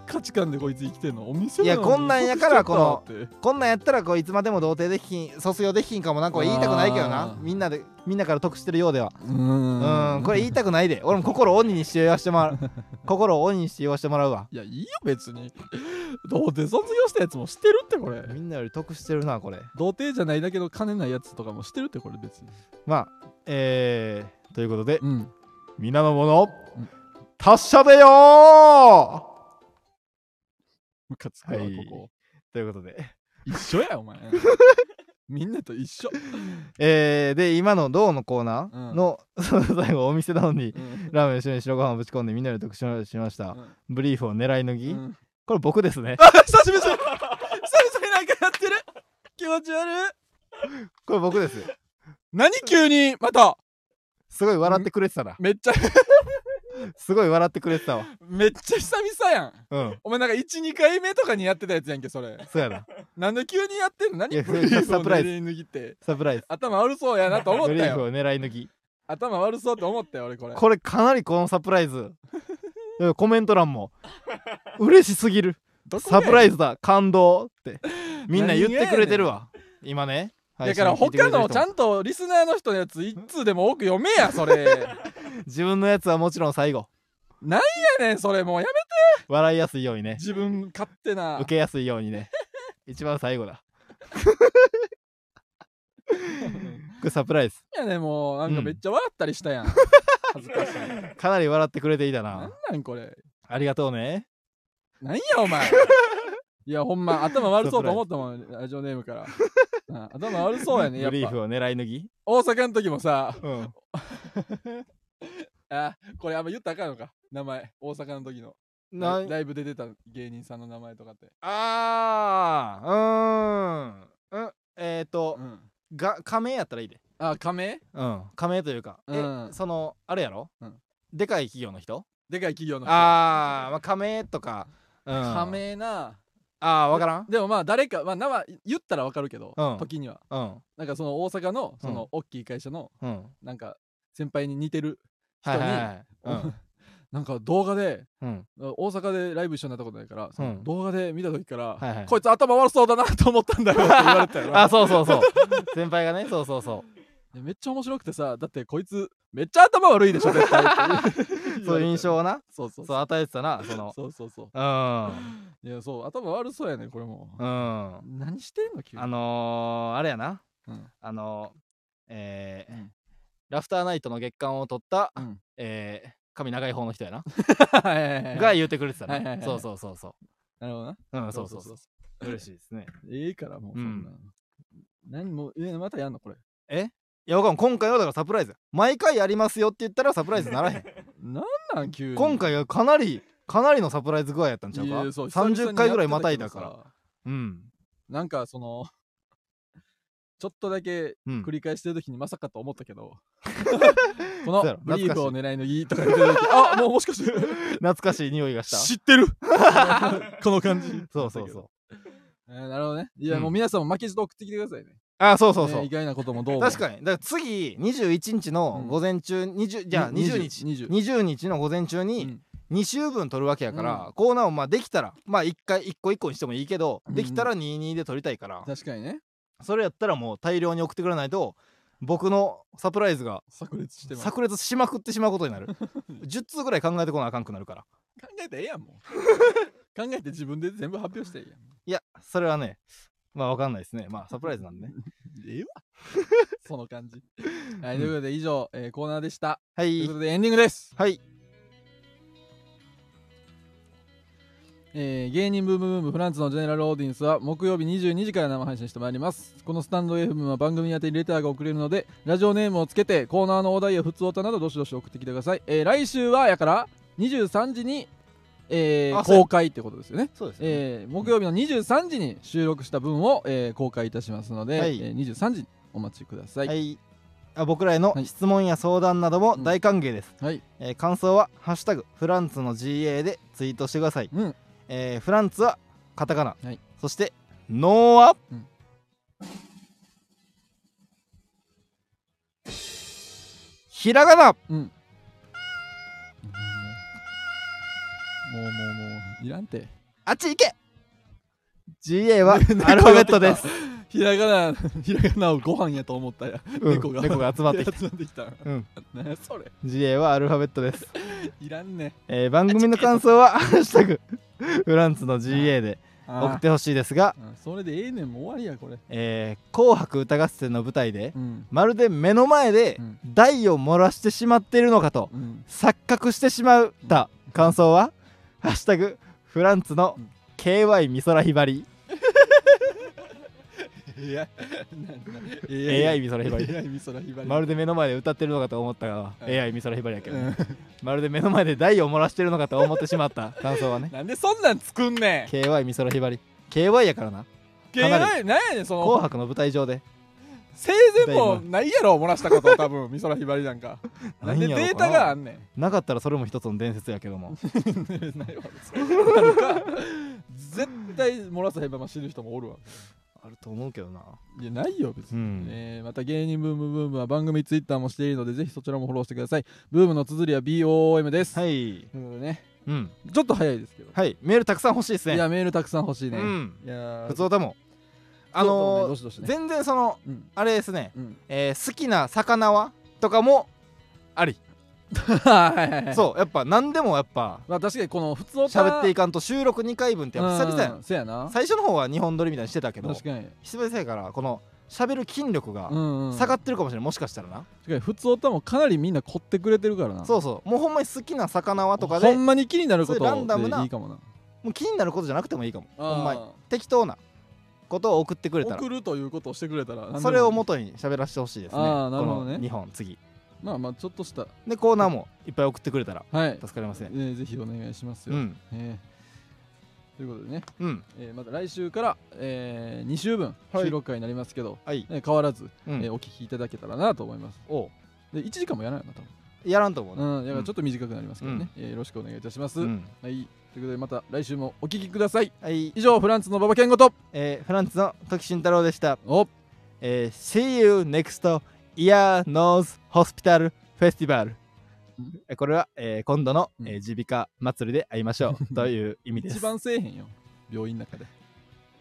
Speaker 1: 価値観でこいつ生きてんのお店
Speaker 2: いやこんなんやからこの
Speaker 1: の
Speaker 2: こんなんやったらこういつまでも童貞できひん卒業できひんかもなこれ言いたくないけど
Speaker 1: あ
Speaker 2: な
Speaker 1: ー
Speaker 2: みんなでみんなから得してるようでは
Speaker 1: う
Speaker 2: う
Speaker 1: ー
Speaker 2: ーんこれ言いたくないで俺も心を鬼にして言わしてもら う心を鬼にして言わしてもらうわ
Speaker 1: いやいいよ別に 童貞卒業したやつもしてるってこれ
Speaker 2: みんなより得してるなこれ
Speaker 1: 童貞じゃないだけど金ないやつとかもしてるってこれ別に
Speaker 2: まあえー、ということで
Speaker 1: うん
Speaker 2: 皆の者
Speaker 1: うん
Speaker 2: 達者でよー
Speaker 1: ムカつくわこ
Speaker 2: はい
Speaker 1: こと
Speaker 2: いうことで、
Speaker 1: 一緒やお前 みんなと一緒
Speaker 2: えー、で今の「どう」のコーナーの、 最後お店なのに
Speaker 1: うん
Speaker 2: ラーメンの一緒に白ご飯をぶち込んでみんなで得しました、
Speaker 1: うん
Speaker 2: ブリーフを狙い脱ぎ、
Speaker 1: うん
Speaker 2: これ僕ですね
Speaker 1: あ久しぶり久々になんかやってる気持ち悪い
Speaker 2: これ僕です
Speaker 1: 何急にまた
Speaker 2: すごい笑ってくれてたな
Speaker 1: めっちゃ
Speaker 2: すごい笑ってくれてたわ
Speaker 1: めっちゃ久々やん
Speaker 2: うん
Speaker 1: お前なんか12回目とかにやってたやつやんけそれ
Speaker 2: そうやな
Speaker 1: なんで急にやってんの
Speaker 2: い
Speaker 1: 何
Speaker 2: やそ
Speaker 1: ブ
Speaker 2: れ
Speaker 1: リーフ
Speaker 2: サ
Speaker 1: を
Speaker 2: プライ
Speaker 1: 練
Speaker 2: ズ
Speaker 1: り脱ぎって
Speaker 2: サプライズ
Speaker 1: 頭悪そうやなと思っ
Speaker 2: ブ
Speaker 1: た
Speaker 2: リーフ
Speaker 1: よ
Speaker 2: を狙い脱ぎ
Speaker 1: 頭悪そうって思ったよ俺これ
Speaker 2: これかなりこのサプライズうんコメント欄も嬉しすぎる
Speaker 1: どこが
Speaker 2: サプライズだ感 動ってみんな言ってくれてるわ今ね
Speaker 1: だから他のちゃ
Speaker 2: と
Speaker 1: んとリスナーの人のやつ一通でも多く読めやそ れ
Speaker 2: 自分のやつはもちろん最後
Speaker 1: やねんそれもうやめ
Speaker 2: 笑いやすいよう にね
Speaker 1: 自分勝手な
Speaker 2: 受けやすいようにね一番最後だれサプライズ
Speaker 1: やねもうなんかめっちゃ笑ったりしたやん、 恥ずかしい
Speaker 2: かなり笑ってくれていた
Speaker 1: なん
Speaker 2: な
Speaker 1: なんこれ
Speaker 2: ありがとうね
Speaker 1: なんやお 前いやほんま頭悪そうと思ったもんラジオネーム から、うん頭悪そうやねや
Speaker 2: ブ
Speaker 1: っ
Speaker 2: リー
Speaker 1: ぱ
Speaker 2: フを狙い脱ぎ
Speaker 1: 大阪の時もさ
Speaker 2: うん
Speaker 1: あこれあんま言ったらあかんのか名前大阪の時の
Speaker 2: な
Speaker 1: ライライブで出た芸人さんの名前とかって
Speaker 2: あーうーんうんえっ、ー、と、
Speaker 1: うん
Speaker 2: が仮名やったらいいで
Speaker 1: あ仮名
Speaker 2: うん仮名というか、え
Speaker 1: うん
Speaker 2: そのあれやろ、
Speaker 1: うん
Speaker 2: でかい企業の人
Speaker 1: でかい企業の人
Speaker 2: あー、まあ仮名とか、うん、
Speaker 1: 仮名な
Speaker 2: あー分からん
Speaker 1: でもまあ誰か、まあ、名は言ったらわかるけど、
Speaker 2: うん
Speaker 1: 時には
Speaker 2: うん
Speaker 1: なんかその大阪のそ
Speaker 2: うん
Speaker 1: の大きい会社の
Speaker 2: うん
Speaker 1: なんか先輩に似てる、
Speaker 2: はいはいはいうん
Speaker 1: なんか動画で
Speaker 2: うん
Speaker 1: 大阪でライブ一緒になったことないから、その動画で見た時から、
Speaker 2: はいはい
Speaker 1: こいつ頭悪そうだなと思ったんだよって言われてたよな
Speaker 2: あそうそう そう先輩がねそうそうそ
Speaker 1: でめっちゃ面白くてさだってこいつめっちゃ頭悪いでしょ絶対って
Speaker 2: う そういう印象をな
Speaker 1: そうそう
Speaker 2: そ
Speaker 1: そうう
Speaker 2: 与えてたなその
Speaker 1: そうそうそう
Speaker 2: うん
Speaker 1: いやそう頭悪そうやねこれも、
Speaker 2: うん
Speaker 1: 何してんの急に
Speaker 2: あのー、あれやな、
Speaker 1: うん
Speaker 2: あのー、えー
Speaker 1: うん
Speaker 2: ラフターナイトの月間を取った、
Speaker 1: うん
Speaker 2: えー、髪長い方の人やな、
Speaker 1: はいはいはい
Speaker 2: が言うてくれてた
Speaker 1: はいはい
Speaker 2: ね
Speaker 1: はい
Speaker 2: そうそうそうそ
Speaker 1: なるほどな
Speaker 2: ううんそうそうそう嬉しいですね
Speaker 1: ええからもうそんな、何もうえまたやんのこれ
Speaker 2: いやわかんない今回はだからサプライズや毎回やりますよって言ったらサプライズ ならへん
Speaker 1: なんなん急に
Speaker 2: 今回はかなりかなりのサプライズ具合やったんちゃう
Speaker 1: い
Speaker 2: か
Speaker 1: やいやそう久々に
Speaker 2: 30回ぐらいまたいだか
Speaker 1: やっ
Speaker 2: ら
Speaker 1: てけどさ
Speaker 2: うん
Speaker 1: なんかそのちょっとだけ
Speaker 2: うん
Speaker 1: 繰り返してる時にまさかと思ったけど、こ
Speaker 2: そう
Speaker 1: の
Speaker 2: やろ
Speaker 1: ブリーフを
Speaker 2: 懐
Speaker 1: 狙いのいとか言ってる時あもうもしかして
Speaker 2: 懐かしい匂 いがした
Speaker 1: 知ってるこの感じ
Speaker 2: そうそうそう
Speaker 1: えーなるほどねいや、
Speaker 2: うん
Speaker 1: もう皆さんも負けじと送ってきてくださいね
Speaker 2: あそうそうそ
Speaker 1: ね意
Speaker 2: う
Speaker 1: 外なこともどうも
Speaker 2: 確かにだから次21日の午前中20じゃあ
Speaker 1: に
Speaker 2: 20日
Speaker 1: 20
Speaker 2: 20日の午前中
Speaker 1: う
Speaker 2: に
Speaker 1: ん
Speaker 2: 2週分取るわけやからコーナーをまあできたらまあ1回1個1個にしてもいいけどできたら22で取りたいから
Speaker 1: 確かにね
Speaker 2: それやったらもう大量に送ってくれないと僕のサプライズが
Speaker 1: 炸裂してます
Speaker 2: 炸裂しまくってしまうことに なる10通ぐらい考えてこなあかんくなるから
Speaker 1: 考えてええやん もう考えて自分で全部発表してええやん
Speaker 2: いやそれはねまあわかんないですねまあサプライズな んでね
Speaker 1: ええわ その感じはいということで以上、えーコーナーでした
Speaker 2: は
Speaker 1: という
Speaker 2: い
Speaker 1: ことでエンディングです、
Speaker 2: はい
Speaker 1: えー芸人ブームブームフランツのジェネラルオーディエンスは木曜日22時から生配信してまいりますこのスタンド FM は番組宛てにレターが送れるのでラジオネームをつけてコーナーのお題や普通歌などどしどし送ってきてください、えー来週はやから23時に、えー
Speaker 2: あそうや
Speaker 1: 公開ってことですよね
Speaker 2: そうですね
Speaker 1: えー木曜日の23時に収録した分を、えー公開いたしますので、
Speaker 2: はい
Speaker 1: えー23時にお待ちください。
Speaker 2: は
Speaker 1: はい、
Speaker 2: いあ僕らへの
Speaker 1: はい
Speaker 2: 質問や相談なども大歓迎ですえー感想は「ハッシュタグフランツの GA」でツイートしてください、
Speaker 1: うん
Speaker 2: えーフランツはカタカナ、
Speaker 1: はい
Speaker 2: そしてノーは、
Speaker 1: うん
Speaker 2: ひらがな
Speaker 1: うん。もうもうもういらんて。
Speaker 2: あっち行け GA はアルファベットです、
Speaker 1: ひらがな、ひらがなをご飯やと思ったや。
Speaker 2: うん
Speaker 1: 猫が
Speaker 2: 猫が集まってきた
Speaker 1: 集まってきた。
Speaker 2: うん、
Speaker 1: なんやそれ。
Speaker 2: GA はアルファベットです
Speaker 1: いらんね。
Speaker 2: えー番組の感想は「ハッシュタグフランツの GA」で送ってほしいですが
Speaker 1: あー。うんそれでええねんもう終わりやこれ。
Speaker 2: えー紅白歌合戦」の舞台で
Speaker 1: うん。
Speaker 2: まるで目の前で
Speaker 1: うん
Speaker 2: 台を漏らしてしまっているのかと
Speaker 1: うん。
Speaker 2: 錯覚してしまった感想は「ハッシュタグフランツの
Speaker 1: うん
Speaker 2: KY 美空ひばり
Speaker 1: いや、 なん」だ
Speaker 2: AI 美空ひばり
Speaker 1: AI 美空ひばり。
Speaker 2: まるで目の前で歌ってるのかと思ったが AI 美空ひばりやけど
Speaker 1: うん
Speaker 2: まるで目の前で台を漏らしてるのかと思ってしまった感想 はね
Speaker 1: なんでそんなん作ん ね。
Speaker 2: KY 美空ひばり KY やからなんかな
Speaker 1: AI なんやねんその。
Speaker 2: 紅白の舞台上で
Speaker 1: 生前もないやろ漏らしたこと多分美空ひばりなん かなんで
Speaker 2: ないんや
Speaker 1: デ
Speaker 2: ろかな
Speaker 1: ータがあんねん
Speaker 2: なかったらそれも一つの伝説や けども
Speaker 1: ないわそんなのか 絶対漏らさへんまま知る人もおるわ
Speaker 2: あると思うけどない
Speaker 1: やないよ別
Speaker 2: う
Speaker 1: に、
Speaker 2: ん
Speaker 1: えーまた芸人ブームブームは番組ツイッターもしているのでぜひそちらもフォローしてくださいブームの綴りは BOOM です、
Speaker 2: はい
Speaker 1: ということでね
Speaker 2: うん
Speaker 1: ちょっと早いですけど、
Speaker 2: はいメールたくさん欲しいですね
Speaker 1: いやメールたくさん欲しいね、
Speaker 2: うん
Speaker 1: いやー
Speaker 2: 普通だもんあ
Speaker 1: 普通歌もね
Speaker 2: の
Speaker 1: ど
Speaker 2: ー
Speaker 1: しどしね
Speaker 2: 全然その
Speaker 1: うん
Speaker 2: あれですね、
Speaker 1: うん
Speaker 2: えー好きな魚はとかもあり
Speaker 1: はいはいはい
Speaker 2: そうやっぱ何でもやっぱ
Speaker 1: まあ確かにこの普通歌
Speaker 2: 喋っていかんと収録2回分ってやっぱ久々や
Speaker 1: うん
Speaker 2: ん
Speaker 1: せやな
Speaker 2: 最初の方は2本撮りみたいにしてたけど
Speaker 1: 確かに
Speaker 2: 久々やからこの喋る筋力が
Speaker 1: うんうん
Speaker 2: 下がってるかもしれないもしかしたらな、
Speaker 1: てか普通歌もかなりみんな凝ってくれてるからな
Speaker 2: そうそうもうほんまに好きな魚はとか
Speaker 1: ほ
Speaker 2: でも
Speaker 1: んまに気になること
Speaker 2: そういうランダムな
Speaker 1: でいいかもな
Speaker 2: う気になることじゃなくてもいいかもほんまに
Speaker 1: あ
Speaker 2: 適当なことを送ってくれ
Speaker 1: ー
Speaker 2: たら
Speaker 1: 送るということをしてくれたら何でも
Speaker 2: それを元に喋らせてほしいですね
Speaker 1: あーなるほどね
Speaker 2: この2本次
Speaker 1: まあまあちょっとした
Speaker 2: でコーナーもいっぱい送ってくれたら
Speaker 1: はい
Speaker 2: 助かりません
Speaker 1: えーぜひお願いします
Speaker 2: う
Speaker 1: よ、
Speaker 2: ん
Speaker 1: えーということでね、
Speaker 2: うん
Speaker 1: えーまた来週から、え2週分
Speaker 2: はい
Speaker 1: 収録会になりますけど、
Speaker 2: はい、
Speaker 1: ね変わらず、
Speaker 2: うん
Speaker 1: えーお聞きいただけたらなと思います
Speaker 2: おう
Speaker 1: で1時間もやらないよな
Speaker 2: やらんと思う
Speaker 1: 多
Speaker 2: な
Speaker 1: 分、うん、だからちょっと短くなりますけどね、えーよろしくお願いいたします、
Speaker 2: うん
Speaker 1: はいということでまた来週もお聞きください
Speaker 2: はい
Speaker 1: 以上フランスの馬場健吾と
Speaker 2: えーフランスの時慎太郎でした
Speaker 1: お
Speaker 2: えー See you next Ear Nose Hospital Festival
Speaker 1: うん
Speaker 2: えこれは、えー今度の
Speaker 1: うん
Speaker 2: えー耳鼻科祭りで会いま しょうという意味で
Speaker 1: 一
Speaker 2: す
Speaker 1: 番せえへんよ病院の中で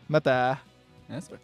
Speaker 2: また
Speaker 1: 何それ